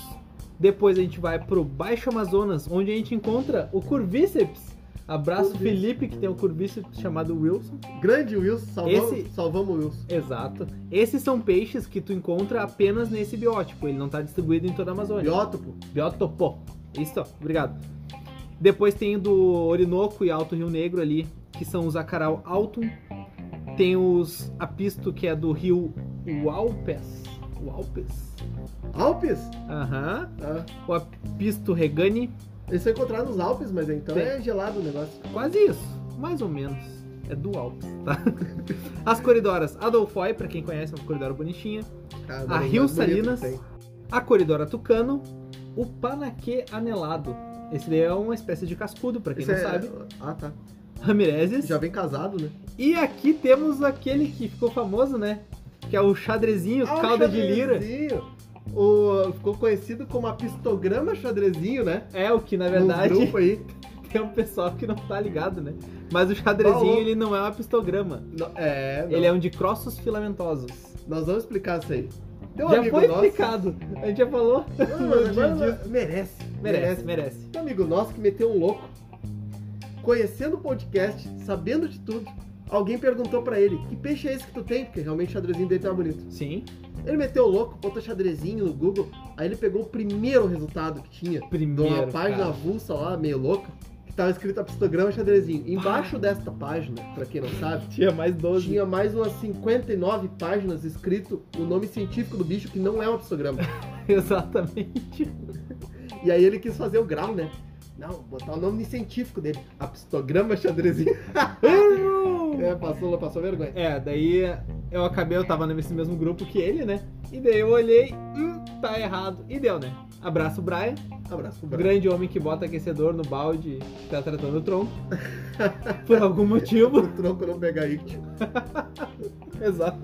Speaker 1: Depois a gente vai pro Baixo Amazonas, onde a gente encontra o curvíceps. Abraço
Speaker 2: Curvíceps.
Speaker 1: Felipe, que tem um curvíceps chamado Wilson.
Speaker 2: Grande Wilson, salvamos,
Speaker 1: Esse-
Speaker 2: salvamos o Wilson.
Speaker 1: Exato. Esses são peixes que tu encontra apenas nesse biótipo, ele não tá distribuído em toda a Amazônia.
Speaker 2: Biótopo.
Speaker 1: Biotopo. Isso, obrigado. Depois tem o do Orinoco e Alto Rio Negro ali, que são os acaral altum. Tem os apisto, que é do rio Ualpes. Ualpes.
Speaker 2: Alpes?
Speaker 1: Aham.
Speaker 2: Ah,
Speaker 1: o apisto regani,
Speaker 2: eles são encontrados nos Alpes, mas então
Speaker 1: Tem.
Speaker 2: é gelado o negócio.
Speaker 1: quase isso, mais ou menos. É do Alpes, tá? (laughs) As corridoras Adolfoi, pra quem conhece, é uma corridora bonitinha.
Speaker 2: Cara,
Speaker 1: A
Speaker 2: mas
Speaker 1: Rio
Speaker 2: mais bonito que
Speaker 1: Salinas.
Speaker 2: tem.
Speaker 1: A corridora Tucano, o Panaquê anelado. Esse daí é uma espécie de cascudo, pra quem
Speaker 2: Esse
Speaker 1: não
Speaker 2: é-
Speaker 1: sabe.
Speaker 2: Ah, tá.
Speaker 1: Ramireses.
Speaker 2: Já vem casado, né?
Speaker 1: E aqui temos aquele que ficou famoso, né? Que é o xadrezinho,
Speaker 2: Ah, o
Speaker 1: calda de lira.
Speaker 2: xadrezinho. O, ficou conhecido como apistograma xadrezinho, né?
Speaker 1: É o que, na
Speaker 2: No
Speaker 1: verdade,
Speaker 2: grupo aí.
Speaker 1: (laughs) tem um pessoal que não tá ligado, né? Mas o xadrezinho,
Speaker 2: Baú.
Speaker 1: ele não é um apistograma.
Speaker 2: Não, é, não.
Speaker 1: Ele é um de crossos filamentosos.
Speaker 2: Nós vamos explicar isso aí. Tem um
Speaker 1: já
Speaker 2: amigo
Speaker 1: foi
Speaker 2: nosso.
Speaker 1: explicado. A gente já (laughs) falou.
Speaker 2: Não,
Speaker 1: no
Speaker 2: mas
Speaker 1: dia
Speaker 2: agora
Speaker 1: disso.
Speaker 2: merece,
Speaker 1: Merece, merece.
Speaker 2: Tem um amigo nosso que meteu um louco. Conhecendo o podcast, sabendo de tudo, alguém perguntou pra ele: Que peixe é esse que tu tem? Porque realmente o xadrezinho dele tá bonito.
Speaker 1: Sim.
Speaker 2: Ele meteu o louco, botou xadrezinho no Google, aí ele pegou o primeiro resultado que tinha, de
Speaker 1: Primeiro,
Speaker 2: uma página
Speaker 1: cara.
Speaker 2: avulsa lá, meio louca, que tava escrito pistograma xadrezinho. Embaixo desta página, pra quem não sabe,
Speaker 1: Tinha mais 12.
Speaker 2: tinha mais umas 59 páginas escrito o nome científico do bicho, que não é um pistograma.
Speaker 1: (laughs) (laughs) Exatamente.
Speaker 2: E aí ele quis fazer o grau, né? Não, botar o nome científico dele. Apistograma xadrezinho. é, passou, passou vergonha.
Speaker 1: É, daí eu acabei, eu tava nesse mesmo grupo que ele, né? E daí eu olhei, hum, tá errado. E deu, né? Abraço, Brian.
Speaker 2: Abraço pro
Speaker 1: O
Speaker 2: Brian.
Speaker 1: grande homem que bota aquecedor no balde e tá tratando o tronco. (laughs) Por algum motivo.
Speaker 2: Pro tronco não pegar ictio.
Speaker 1: (laughs) Exato.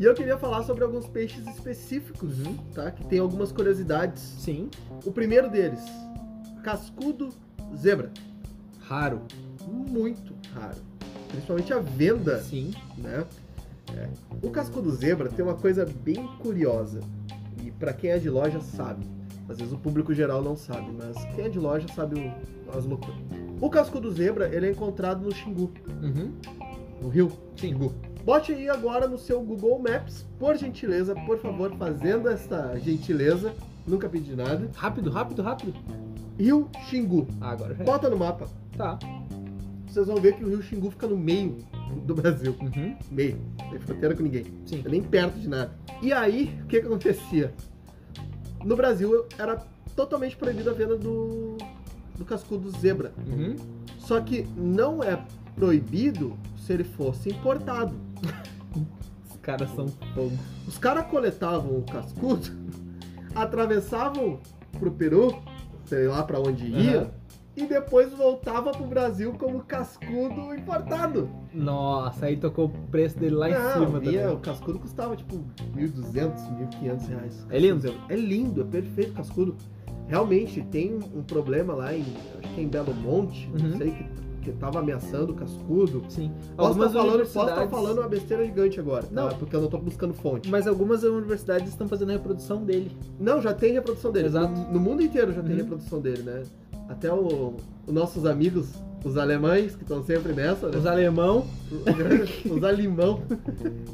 Speaker 2: E eu queria falar sobre alguns peixes específicos, tá? Que tem algumas curiosidades.
Speaker 1: Sim.
Speaker 2: O primeiro deles, cascudo zebra.
Speaker 1: Raro.
Speaker 2: Muito raro. Principalmente a venda,
Speaker 1: Sim.
Speaker 2: né? É. O cascudo zebra tem uma coisa bem curiosa. E pra quem é de loja sabe. Às vezes o público geral não sabe, mas quem é de loja sabe o- as loucuras. O cascudo zebra, ele é encontrado no Xingu,
Speaker 1: Uhum.
Speaker 2: no rio.
Speaker 1: Sim.
Speaker 2: Bote aí agora no seu Google Maps, por gentileza, por favor, fazendo essa gentileza, nunca pedi nada.
Speaker 1: Rápido, rápido, rápido.
Speaker 2: Rio Xingu.
Speaker 1: Ah, agora já. é.
Speaker 2: Bota no mapa.
Speaker 1: Tá.
Speaker 2: Vocês vão ver que o Rio Xingu fica no meio do Brasil.
Speaker 1: Uhum.
Speaker 2: Meio. Não tem fronteira com ninguém. é
Speaker 1: Sim.
Speaker 2: Nem perto de nada. E aí, o que, que acontecia? No Brasil era totalmente proibida a venda do, do cascudo zebra.
Speaker 1: Uhum.
Speaker 2: Só que não é proibido se ele fosse importado.
Speaker 1: Os caras são fogo.
Speaker 2: Os caras coletavam o cascudo, (laughs) atravessavam pro Peru, sei lá pra onde ia,
Speaker 1: Uhum.
Speaker 2: e depois voltava pro Brasil como cascudo importado.
Speaker 1: Nossa, aí tocou o preço dele lá em
Speaker 2: Não,
Speaker 1: cima
Speaker 2: e é,
Speaker 1: também.
Speaker 2: o cascudo custava tipo 1.200, 1.500 reais.
Speaker 1: É lindo.
Speaker 2: É lindo, é perfeito o cascudo. Realmente tem um problema lá em, acho que é em Belo Monte,
Speaker 1: Uhum.
Speaker 2: não sei, que, que tava ameaçando o cascudo.
Speaker 1: Sim.
Speaker 2: Posso estar
Speaker 1: Algumas
Speaker 2: falando, posso
Speaker 1: universidades...
Speaker 2: tá falando uma besteira gigante agora, tá?
Speaker 1: Não.
Speaker 2: Porque eu não tô buscando fonte.
Speaker 1: Mas algumas universidades estão fazendo a reprodução dele.
Speaker 2: Não, já tem reprodução dele.
Speaker 1: Exato.
Speaker 2: No, no mundo inteiro já tem
Speaker 1: Uhum.
Speaker 2: reprodução dele, né? Até o- os nossos amigos, os alemães, que estão sempre nessa, né?
Speaker 1: Os alemão.
Speaker 2: (laughs)
Speaker 1: (laughs)
Speaker 2: Os, alimão,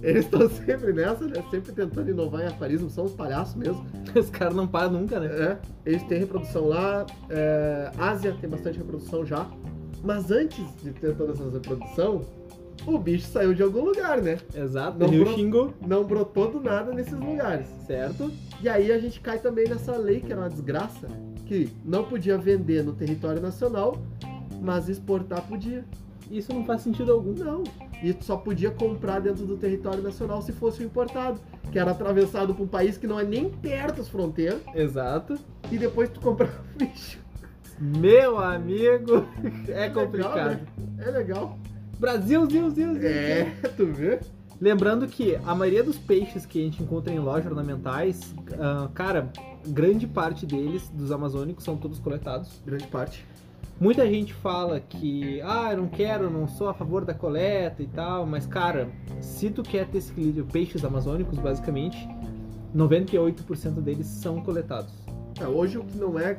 Speaker 2: eles estão sempre nessa, né? Sempre tentando inovar em aquarismo, são uns palhaços mesmo.
Speaker 1: Os caras não param nunca, né?
Speaker 2: né? Eles têm reprodução lá, é, Ásia tem bastante reprodução já. Mas antes de ter toda essa reprodução, o bicho saiu de algum lugar, né?
Speaker 1: Exato.
Speaker 2: Não
Speaker 1: Rio
Speaker 2: pro-
Speaker 1: Xingu,
Speaker 2: Não brotou do nada nesses lugares.
Speaker 1: certo?
Speaker 2: E aí a gente cai também nessa lei que era uma desgraça, que não podia vender no território nacional, mas exportar podia.
Speaker 1: Isso não faz sentido algum.
Speaker 2: Não. E só podia comprar dentro do território nacional se fosse o importado, que era atravessado por um país que não é nem perto das fronteiras,
Speaker 1: Exato.
Speaker 2: e depois tu (laughs) comprava o bicho. né?
Speaker 1: Meu amigo, (laughs) é complicado.
Speaker 2: É legal.
Speaker 1: Brasil, Zil, Zil, Zil.
Speaker 2: É, tu vê?
Speaker 1: Lembrando que a maioria dos peixes que a gente encontra em lojas ornamentais, ah, cara, grande parte deles, dos amazônicos, são todos coletados.
Speaker 2: Grande parte.
Speaker 1: Muita gente fala que, ah, eu não quero, não sou a favor da coleta e tal, mas cara, se tu quer ter esse equilíbrio, peixes amazônicos, basicamente, 98% deles são coletados.
Speaker 2: É, hoje o que não é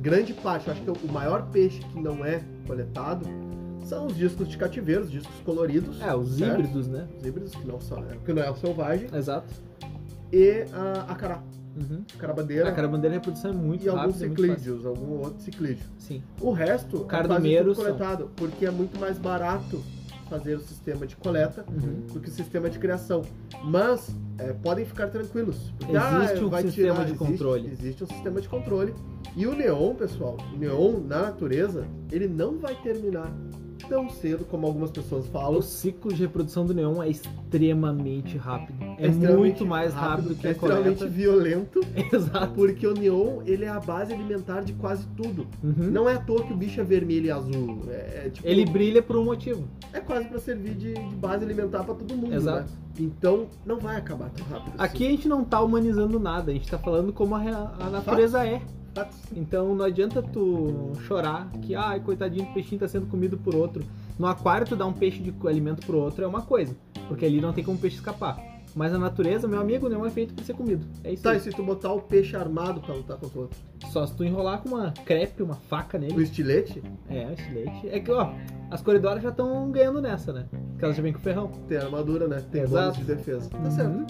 Speaker 2: grande parte, eu acho que o maior peixe que não é coletado são os discos de cativeiro, os discos coloridos.
Speaker 1: É, os
Speaker 2: Certo.
Speaker 1: híbridos, né?
Speaker 2: os híbridos, que não, são, que não é o selvagem,
Speaker 1: Exato.
Speaker 2: e a, a, cara,
Speaker 1: Uhum.
Speaker 2: a carabandeira
Speaker 1: A carabandeira de reprodução é muito
Speaker 2: e alguns
Speaker 1: rápida, é muito fácil.
Speaker 2: ciclídeos, algum outro ciclídeo.
Speaker 1: Sim.
Speaker 2: O resto é
Speaker 1: Cardumeiro
Speaker 2: quase tudo coletado, porque é muito mais barato fazer o sistema de coleta
Speaker 1: Uhum.
Speaker 2: do que o sistema de criação. Mas é, podem ficar tranquilos. Porque, ah,
Speaker 1: Existe um
Speaker 2: vai
Speaker 1: sistema de
Speaker 2: existe-
Speaker 1: controle.
Speaker 2: Existe, um sistema de controle. E o neon, pessoal, o neon na natureza, ele não vai terminar tão cedo como algumas pessoas falam.
Speaker 1: O ciclo de reprodução do neon é extremamente rápido. É
Speaker 2: extremamente
Speaker 1: muito mais rápido, que
Speaker 2: é
Speaker 1: a
Speaker 2: extremamente
Speaker 1: coleta.
Speaker 2: violento.
Speaker 1: (laughs) Exato.
Speaker 2: Porque o neon, ele é a base alimentar de quase tudo.
Speaker 1: Uhum.
Speaker 2: Não é à toa que o bicho é vermelho e azul. É, é tipo,
Speaker 1: Ele brilha por um motivo.
Speaker 2: é quase pra servir de, de base alimentar pra todo mundo,
Speaker 1: Exato.
Speaker 2: né? Então, não vai acabar tão rápido assim.
Speaker 1: Aqui a gente não tá humanizando nada, a gente tá falando como a, rea- a natureza é.
Speaker 2: assim. Fatos.
Speaker 1: Então não adianta tu chorar que, ai, coitadinho, o peixinho tá sendo comido por outro. No aquário, tu dá um peixe de alimento pro outro é uma coisa, porque ali não tem como o peixe escapar. Mas a natureza, meu amigo, não é feito pra ser comido. É isso
Speaker 2: Tá,
Speaker 1: aí.
Speaker 2: e se tu botar o peixe armado pra lutar contra o outro?
Speaker 1: Só se tu enrolar com uma crepe, uma faca
Speaker 2: O
Speaker 1: nele.
Speaker 2: estilete?
Speaker 1: É, esse leite. É que, ó, as corredoras já estão ganhando nessa, né? Porque elas já vêm com o ferrão.
Speaker 2: Tem armadura, né? Tem
Speaker 1: Exato.
Speaker 2: bônus de defesa. Tá certo.
Speaker 1: Uhum.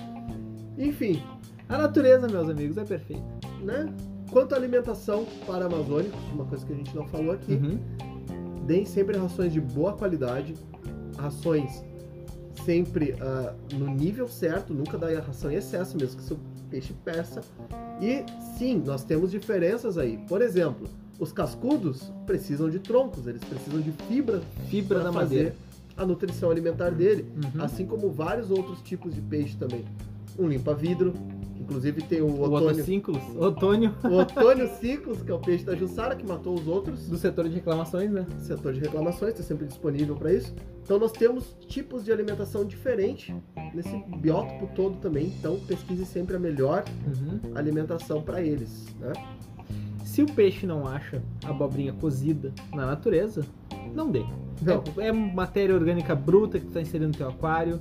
Speaker 2: Enfim,
Speaker 1: A natureza, meus amigos, é perfeita.
Speaker 2: né? Quanto à alimentação para amazônicos, uma coisa que a gente não falou aqui,
Speaker 1: Uhum.
Speaker 2: deem sempre rações de boa qualidade, rações sempre ah, no nível certo, nunca dá ração em excesso, mesmo que seu peixe peça. E sim, nós temos diferenças aí. Por exemplo, os cascudos precisam de troncos, eles precisam de fibra
Speaker 1: Fibra
Speaker 2: para
Speaker 1: da
Speaker 2: fazer
Speaker 1: madeira.
Speaker 2: a nutrição alimentar dele,
Speaker 1: Uhum.
Speaker 2: assim como vários outros tipos de peixe também. Um limpa-vidro, inclusive tem o,
Speaker 1: O
Speaker 2: otônio,
Speaker 1: Otocínculos, otônio
Speaker 2: (laughs) o otônio ciclos, que é o peixe da Jussara que matou os outros
Speaker 1: do setor de reclamações, né?
Speaker 2: setor de reclamações, está sempre disponível para isso. Então nós temos tipos de alimentação diferente nesse biótipo todo também. Então pesquise sempre a melhor
Speaker 1: Uhum.
Speaker 2: alimentação para eles, né?
Speaker 1: Se o peixe não acha abobrinha cozida na natureza, não dê.
Speaker 2: Não.
Speaker 1: É, é matéria orgânica bruta que tu tá inserindo no teu aquário.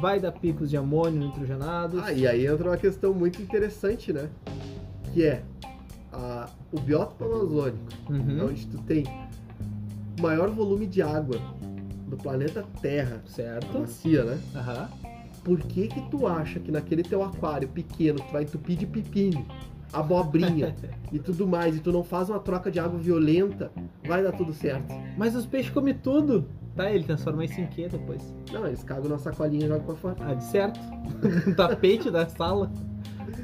Speaker 1: Vai dar picos de amônio nitrogenados.
Speaker 2: Ah, e aí entra uma questão muito interessante, né? Que é a- o biótipo amazônico,
Speaker 1: Uhum.
Speaker 2: onde tu Então, tem o maior volume de água do planeta Terra,
Speaker 1: Certo.
Speaker 2: macia, né?
Speaker 1: Aham.
Speaker 2: Por que que tu acha que naquele teu aquário pequeno tu vai entupir de pepino, abobrinha e tudo mais, e tu não faz uma troca de água violenta, vai dar tudo certo?
Speaker 1: (laughs) Mas os peixes comem tudo. Tá, ele transforma isso em quê depois?
Speaker 2: Não, eles cagam na sacolinha e jogam pra fora.
Speaker 1: Ah, de certo. (laughs) No tapete da sala.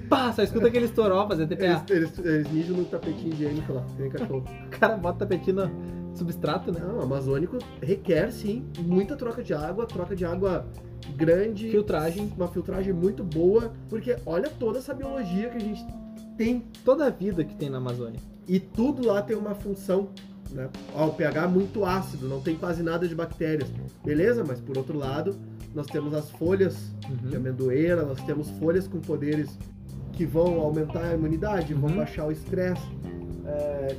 Speaker 1: Pá, só escuta aquele estouró fazer
Speaker 2: Eles,
Speaker 1: TPA.
Speaker 2: eles, eles mijam no tapetinho higiênico lá, que nem cachorro.
Speaker 1: O cara bota tapete no substrato, né?
Speaker 2: Não, o amazônico requer sim muita troca de água, troca de água grande.
Speaker 1: Filtragem.
Speaker 2: Uma filtragem muito boa, porque olha toda essa biologia que a gente tem
Speaker 1: Toda a vida que tem na Amazônia.
Speaker 2: E tudo lá tem uma função. Né? Ó, o pH é muito ácido, não tem quase nada de bactérias. Beleza, mas por outro lado, nós temos as folhas de
Speaker 1: Uhum.
Speaker 2: amendoeira, nós temos folhas com poderes que vão aumentar a imunidade, vão
Speaker 1: Uhum.
Speaker 2: baixar o estresse. é,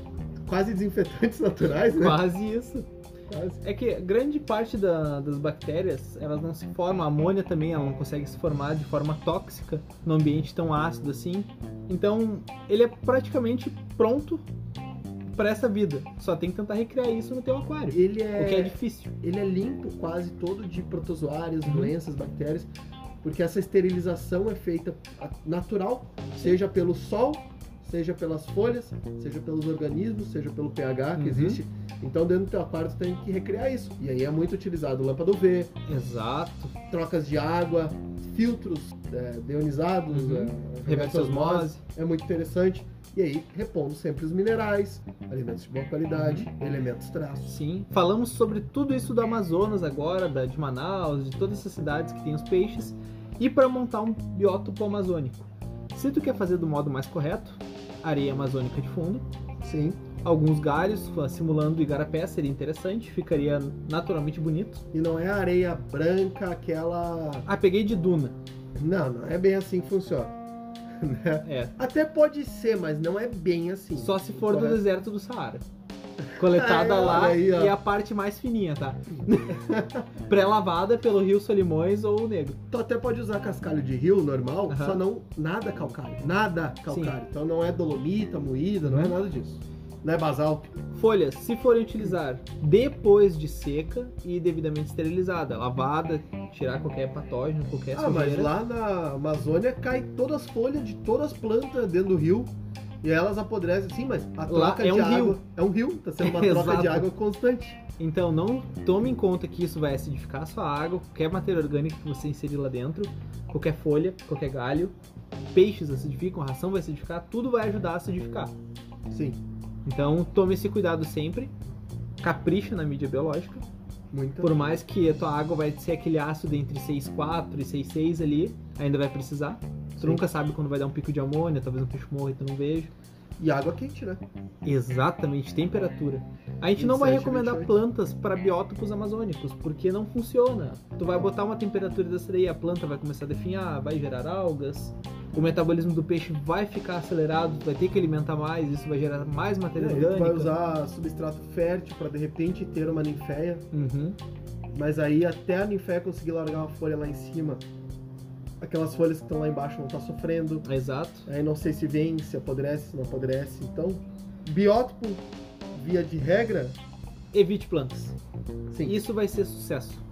Speaker 2: quase desinfetantes (laughs) naturais, né?
Speaker 1: Uhum. Quase isso.
Speaker 2: Quase.
Speaker 1: É que grande parte da- das bactérias, elas não se formam, a amônia também, ela não consegue se formar de forma tóxica num ambiente tão ácido assim. Então, ele é praticamente pronto para essa vida. Só tem que tentar recriar isso no teu aquário,
Speaker 2: Ele
Speaker 1: o que é
Speaker 2: é,
Speaker 1: difícil.
Speaker 2: ele é limpo quase todo de protozoários,
Speaker 1: Uhum.
Speaker 2: doenças, bactérias, porque essa esterilização é feita a- natural, seja pelo sol, seja pelas folhas, seja pelos organismos, seja pelo pH que
Speaker 1: Uhum.
Speaker 2: existe. Então dentro do teu aquário tu tem que recriar isso. E aí é muito utilizado lâmpada UV,
Speaker 1: Exato.
Speaker 2: trocas de água, filtros é, deonizados,
Speaker 1: Uhum.
Speaker 2: é,
Speaker 1: Reversa osmose.
Speaker 2: é muito interessante. E aí repondo sempre os minerais, alimentos de boa qualidade,
Speaker 1: Uhum.
Speaker 2: elementos traços.
Speaker 1: Sim. Falamos sobre tudo isso do Amazonas agora, da, de Manaus, de todas essas cidades que tem os peixes. E para montar um biótopo amazônico. Se tu quer fazer do modo mais correto, areia amazônica de fundo,
Speaker 2: Sim.
Speaker 1: alguns galhos, simulando igarapé, seria interessante, ficaria naturalmente bonito.
Speaker 2: E não é areia branca, aquela.
Speaker 1: Ah, peguei de duna.
Speaker 2: Não, não é bem assim que funciona. Né?
Speaker 1: É,
Speaker 2: Até pode ser, mas não é bem assim.
Speaker 1: só se for do
Speaker 2: Correto.
Speaker 1: deserto do Saara. Coletada
Speaker 2: É, olha
Speaker 1: lá
Speaker 2: aí, ó.
Speaker 1: e a parte mais fininha, tá? (laughs) Pré-lavada pelo rio Solimões ou o Negro.
Speaker 2: Tu Então até pode usar cascalho de rio normal,
Speaker 1: Aham.
Speaker 2: só não nada calcário. Nada calcário. Então não é dolomita, moída,
Speaker 1: Uhum.
Speaker 2: não é nada disso. Não é basalto.
Speaker 1: Folhas, se forem utilizar depois de seca e devidamente esterilizada, lavada, tirar qualquer patógeno, qualquer
Speaker 2: ah, mas
Speaker 1: É sujeira.
Speaker 2: lá na Amazônia cai todas as folhas de todas as plantas dentro do rio. E elas apodrecem, sim, mas
Speaker 1: Lá
Speaker 2: a troca
Speaker 1: é
Speaker 2: de
Speaker 1: um
Speaker 2: água.
Speaker 1: rio.
Speaker 2: É um rio, tá
Speaker 1: (laughs)
Speaker 2: sendo uma troca de
Speaker 1: Exato.
Speaker 2: água constante.
Speaker 1: Então não tome em conta que isso vai acidificar a sua água, qualquer matéria orgânica que você inserir lá dentro, qualquer folha, qualquer galho, peixes acidificam, a ração vai acidificar, tudo vai ajudar a acidificar.
Speaker 2: Sim,
Speaker 1: Então tome esse cuidado sempre, capricha na mídia biológica,
Speaker 2: muita.
Speaker 1: por mais que a tua água vai ser aquele ácido entre 6,4 e 6,6 ali, ainda vai precisar. Tu
Speaker 2: Sim.
Speaker 1: nunca sabe quando vai dar um pico de amônia, talvez um peixe morra e tu não veja.
Speaker 2: E água quente, né?
Speaker 1: Exatamente, temperatura. A gente não vai
Speaker 2: 27,
Speaker 1: recomendar
Speaker 2: 28.
Speaker 1: plantas para biótopos amazônicos, porque não funciona. Tu vai botar uma temperatura dessa daí, a planta vai começar a definhar, vai gerar algas, o metabolismo do peixe vai ficar acelerado, tu vai ter que alimentar mais, isso vai gerar mais matéria
Speaker 2: É, ele
Speaker 1: orgânica.
Speaker 2: vai usar substrato fértil para de repente ter uma ninféia,
Speaker 1: Uhum.
Speaker 2: mas aí até a ninféia conseguir largar uma folha lá em cima, aquelas folhas que estão lá embaixo não tá sofrendo.
Speaker 1: Exato.
Speaker 2: Aí não sei se vem, se apodrece, se não apodrece. Então, biótipo via de regra,
Speaker 1: Evite plantas.
Speaker 2: sim.
Speaker 1: Isso vai ser sucesso.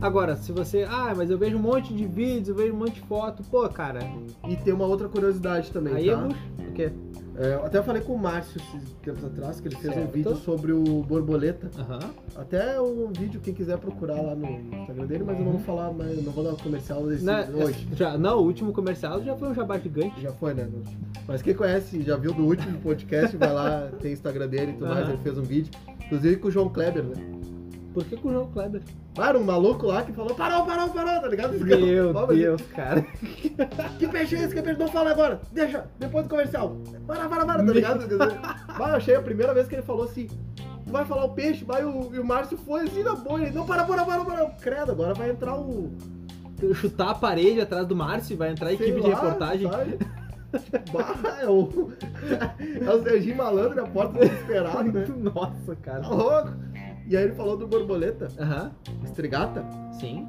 Speaker 1: Agora, se você. Ah, mas eu vejo um monte de vídeos, eu vejo um monte de foto. Pô, cara,
Speaker 2: E tem uma outra curiosidade também,
Speaker 1: aí é
Speaker 2: tá?
Speaker 1: bucho. O quê?
Speaker 2: É, eu até falei com o Márcio esses tempos atrás, que ele fez um
Speaker 1: Certo.
Speaker 2: vídeo sobre o borboleta.
Speaker 1: Aham.
Speaker 2: Até um vídeo, quem quiser procurar lá no Instagram dele, mas eu não vou falar, mas eu não vou dar um comercial desse
Speaker 1: Né,
Speaker 2: hoje.
Speaker 1: já, não, o último comercial já foi um jabá gigante.
Speaker 2: Já foi, né? No- Mas quem conhece, já viu do último podcast, vai lá,
Speaker 1: (laughs)
Speaker 2: tem Instagram dele e tudo mais,
Speaker 1: Aham.
Speaker 2: ele fez um vídeo. Inclusive com o João Kleber, né?
Speaker 1: Por que com o João Kleber?
Speaker 2: Para um maluco lá que falou, parou, parou, parou, tá ligado? Esse cara- (laughs)
Speaker 1: Meu
Speaker 2: Ó, mas
Speaker 1: Deus, cara.
Speaker 2: Que peixe é esse? Que peixe? Não fala agora. Deixa, depois do comercial. Para, para, para, tá ligado? Mas eu achei a primeira vez que ele falou assim, tu vai falar o peixe, vai o, e o Márcio foi assim na boa. Ele, não, para, para, para, para. Credo, agora vai entrar o...
Speaker 1: Chutar a parede atrás do Márcio e vai entrar a
Speaker 2: sei
Speaker 1: equipe de
Speaker 2: lá, tá,
Speaker 1: reportagem.
Speaker 2: sabe? (laughs) Tipo, bah, é o... (laughs) É o Serginho Malandro na porta desesperado, né?
Speaker 1: Nossa,
Speaker 2: Tá
Speaker 1: cara.
Speaker 2: louco? E aí ele falou do borboleta,
Speaker 1: Aham.
Speaker 2: estrigata,
Speaker 1: Sim.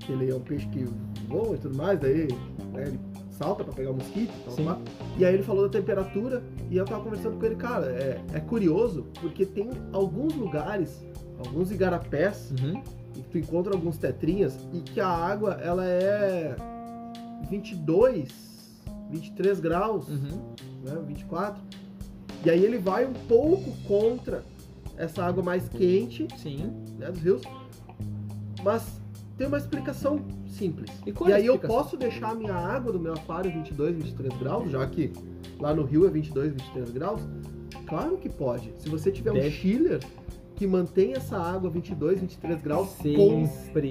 Speaker 2: que ele é um peixe que voa e tudo mais, daí né, ele salta pra pegar o mosquito. tal,
Speaker 1: Sim.
Speaker 2: pá. E aí ele falou da temperatura e eu tava conversando com ele, cara, é, é curioso porque tem alguns lugares, alguns igarapés,
Speaker 1: Uhum.
Speaker 2: e tu encontra alguns tetrinhas e que a água ela é 22, 23 graus,
Speaker 1: Uhum.
Speaker 2: né, 24. E aí ele vai um pouco contra essa água mais quente
Speaker 1: Sim.
Speaker 2: né, dos rios. Mas tem uma explicação simples.
Speaker 1: E qual é a
Speaker 2: aí eu
Speaker 1: explicação?
Speaker 2: posso deixar a minha água do meu aquário 22, 23 graus, já que lá no rio é 22, 23 graus? Claro que pode. Se você tiver um
Speaker 1: Deve.
Speaker 2: chiller que mantém essa água 22, 23 graus
Speaker 1: Sempre.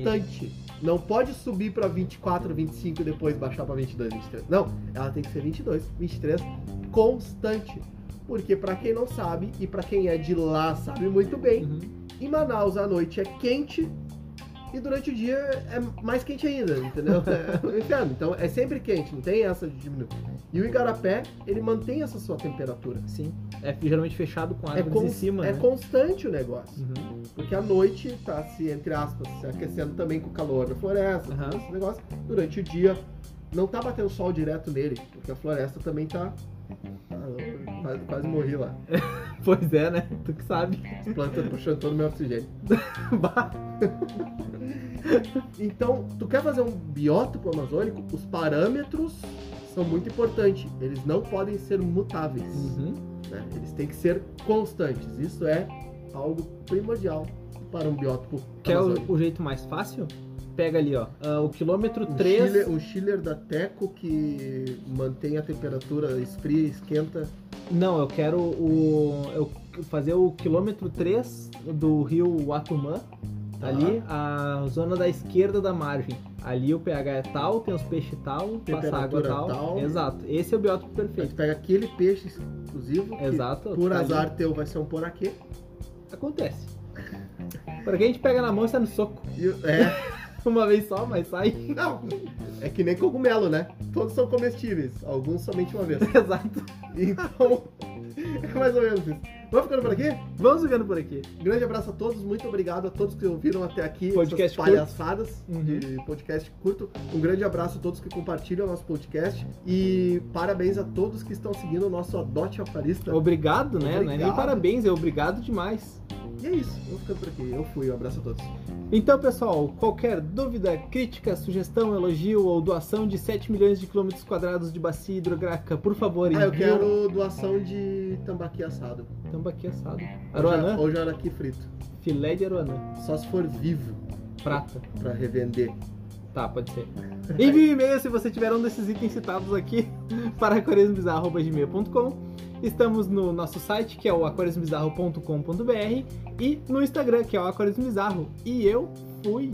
Speaker 2: constante. Não pode subir para 24, 25 e depois baixar para 22, 23. Não, ela tem que ser 22, 23 constante. Porque para quem não sabe e para quem é de lá sabe muito bem,
Speaker 1: Uhum.
Speaker 2: em Manaus a noite é quente e durante o dia é mais quente ainda,
Speaker 1: (laughs)
Speaker 2: entendeu? É um inferno. Então é sempre quente, não tem essa de diminuir. E o igarapé, ele mantém essa sua temperatura.
Speaker 1: Sim. É geralmente fechado com
Speaker 2: É,
Speaker 1: árvores
Speaker 2: con-
Speaker 1: em cima,
Speaker 2: é
Speaker 1: né?
Speaker 2: constante o negócio.
Speaker 1: Uhum.
Speaker 2: Porque à noite tá se, entre aspas, se aquecendo também com o calor da floresta,
Speaker 1: Aham.
Speaker 2: esse negócio. Durante o dia não tá batendo sol direto nele, porque a floresta também tá. Ah, quase, quase morri lá.
Speaker 1: Pois é, né? Tu que sabe.
Speaker 2: As plantas puxando todo o meu oxigênio.
Speaker 1: Bah.
Speaker 2: Então, tu quer fazer um biótipo amazônico, os parâmetros são muito importantes. Eles não podem ser mutáveis.
Speaker 1: Uhum.
Speaker 2: né? Eles têm que ser constantes. Isso é algo primordial para um biótipo
Speaker 1: Quer
Speaker 2: amazônico.
Speaker 1: é o, o jeito mais fácil? Pega ali, ó. ah, o quilômetro
Speaker 2: Um
Speaker 1: 3.
Speaker 2: chiller, um chiller da Teco que mantém a temperatura, esfria, esquenta.
Speaker 1: Não, eu quero o. Eu fazer o quilômetro 3 do rio Atumã.
Speaker 2: Tá.
Speaker 1: Ali, a zona da esquerda da margem. Ali o pH é tal, tem os peixes tal, passa água
Speaker 2: Temperatura
Speaker 1: tal.
Speaker 2: tal.
Speaker 1: Exato. Esse é o biótipo
Speaker 2: Aí tu
Speaker 1: perfeito.
Speaker 2: pega aquele peixe exclusivo É que,
Speaker 1: Exato.
Speaker 2: por
Speaker 1: tá ali.
Speaker 2: azar teu, vai ser um poraquê.
Speaker 1: Acontece. Pra quem a gente pega na mão e sai no soco. (laughs)
Speaker 2: E, é,
Speaker 1: Uma vez só, mas sai. (laughs)
Speaker 2: (laughs) não, é que nem cogumelo, né? Todos são comestíveis, alguns somente uma vez.
Speaker 1: Exato.
Speaker 2: Então, (laughs) é mais ou menos isso. Vamos ficando por aqui?
Speaker 1: Vamos ficando por aqui.
Speaker 2: Grande abraço a todos, muito obrigado a todos que ouviram até aqui.
Speaker 1: Podcast
Speaker 2: essas palhaçadas
Speaker 1: curto. Uhum.
Speaker 2: de podcast curto. Um grande abraço a todos que compartilham o nosso podcast. E parabéns a todos que estão seguindo o nosso Adote Aparista.
Speaker 1: Obrigado, né? Não é nem
Speaker 2: Obrigado.
Speaker 1: parabéns, é obrigado demais.
Speaker 2: E é isso, vamos ficando por aqui. Eu fui, um abraço a todos.
Speaker 1: Então, pessoal, qualquer dúvida, crítica, sugestão, elogio ou doação de 7 milhões de quilômetros quadrados de bacia hidrográfica, por favor,
Speaker 2: Ah, eu
Speaker 1: envie
Speaker 2: quero doação de tambaqui assado.
Speaker 1: tambaqui assado. Aruanã?
Speaker 2: Ou jaraqui frito.
Speaker 1: Filé de aruanã.
Speaker 2: Só se for vivo
Speaker 1: Prata.
Speaker 2: pra revender.
Speaker 1: Tá, pode ser. Envie um e-mail se você tiver um desses itens citados aqui (laughs) para aquarismobizarro.gmail.com Estamos no nosso site, que é o aquarismobizarro.com.br e no Instagram, que é o aquarismobizarro. E eu fui!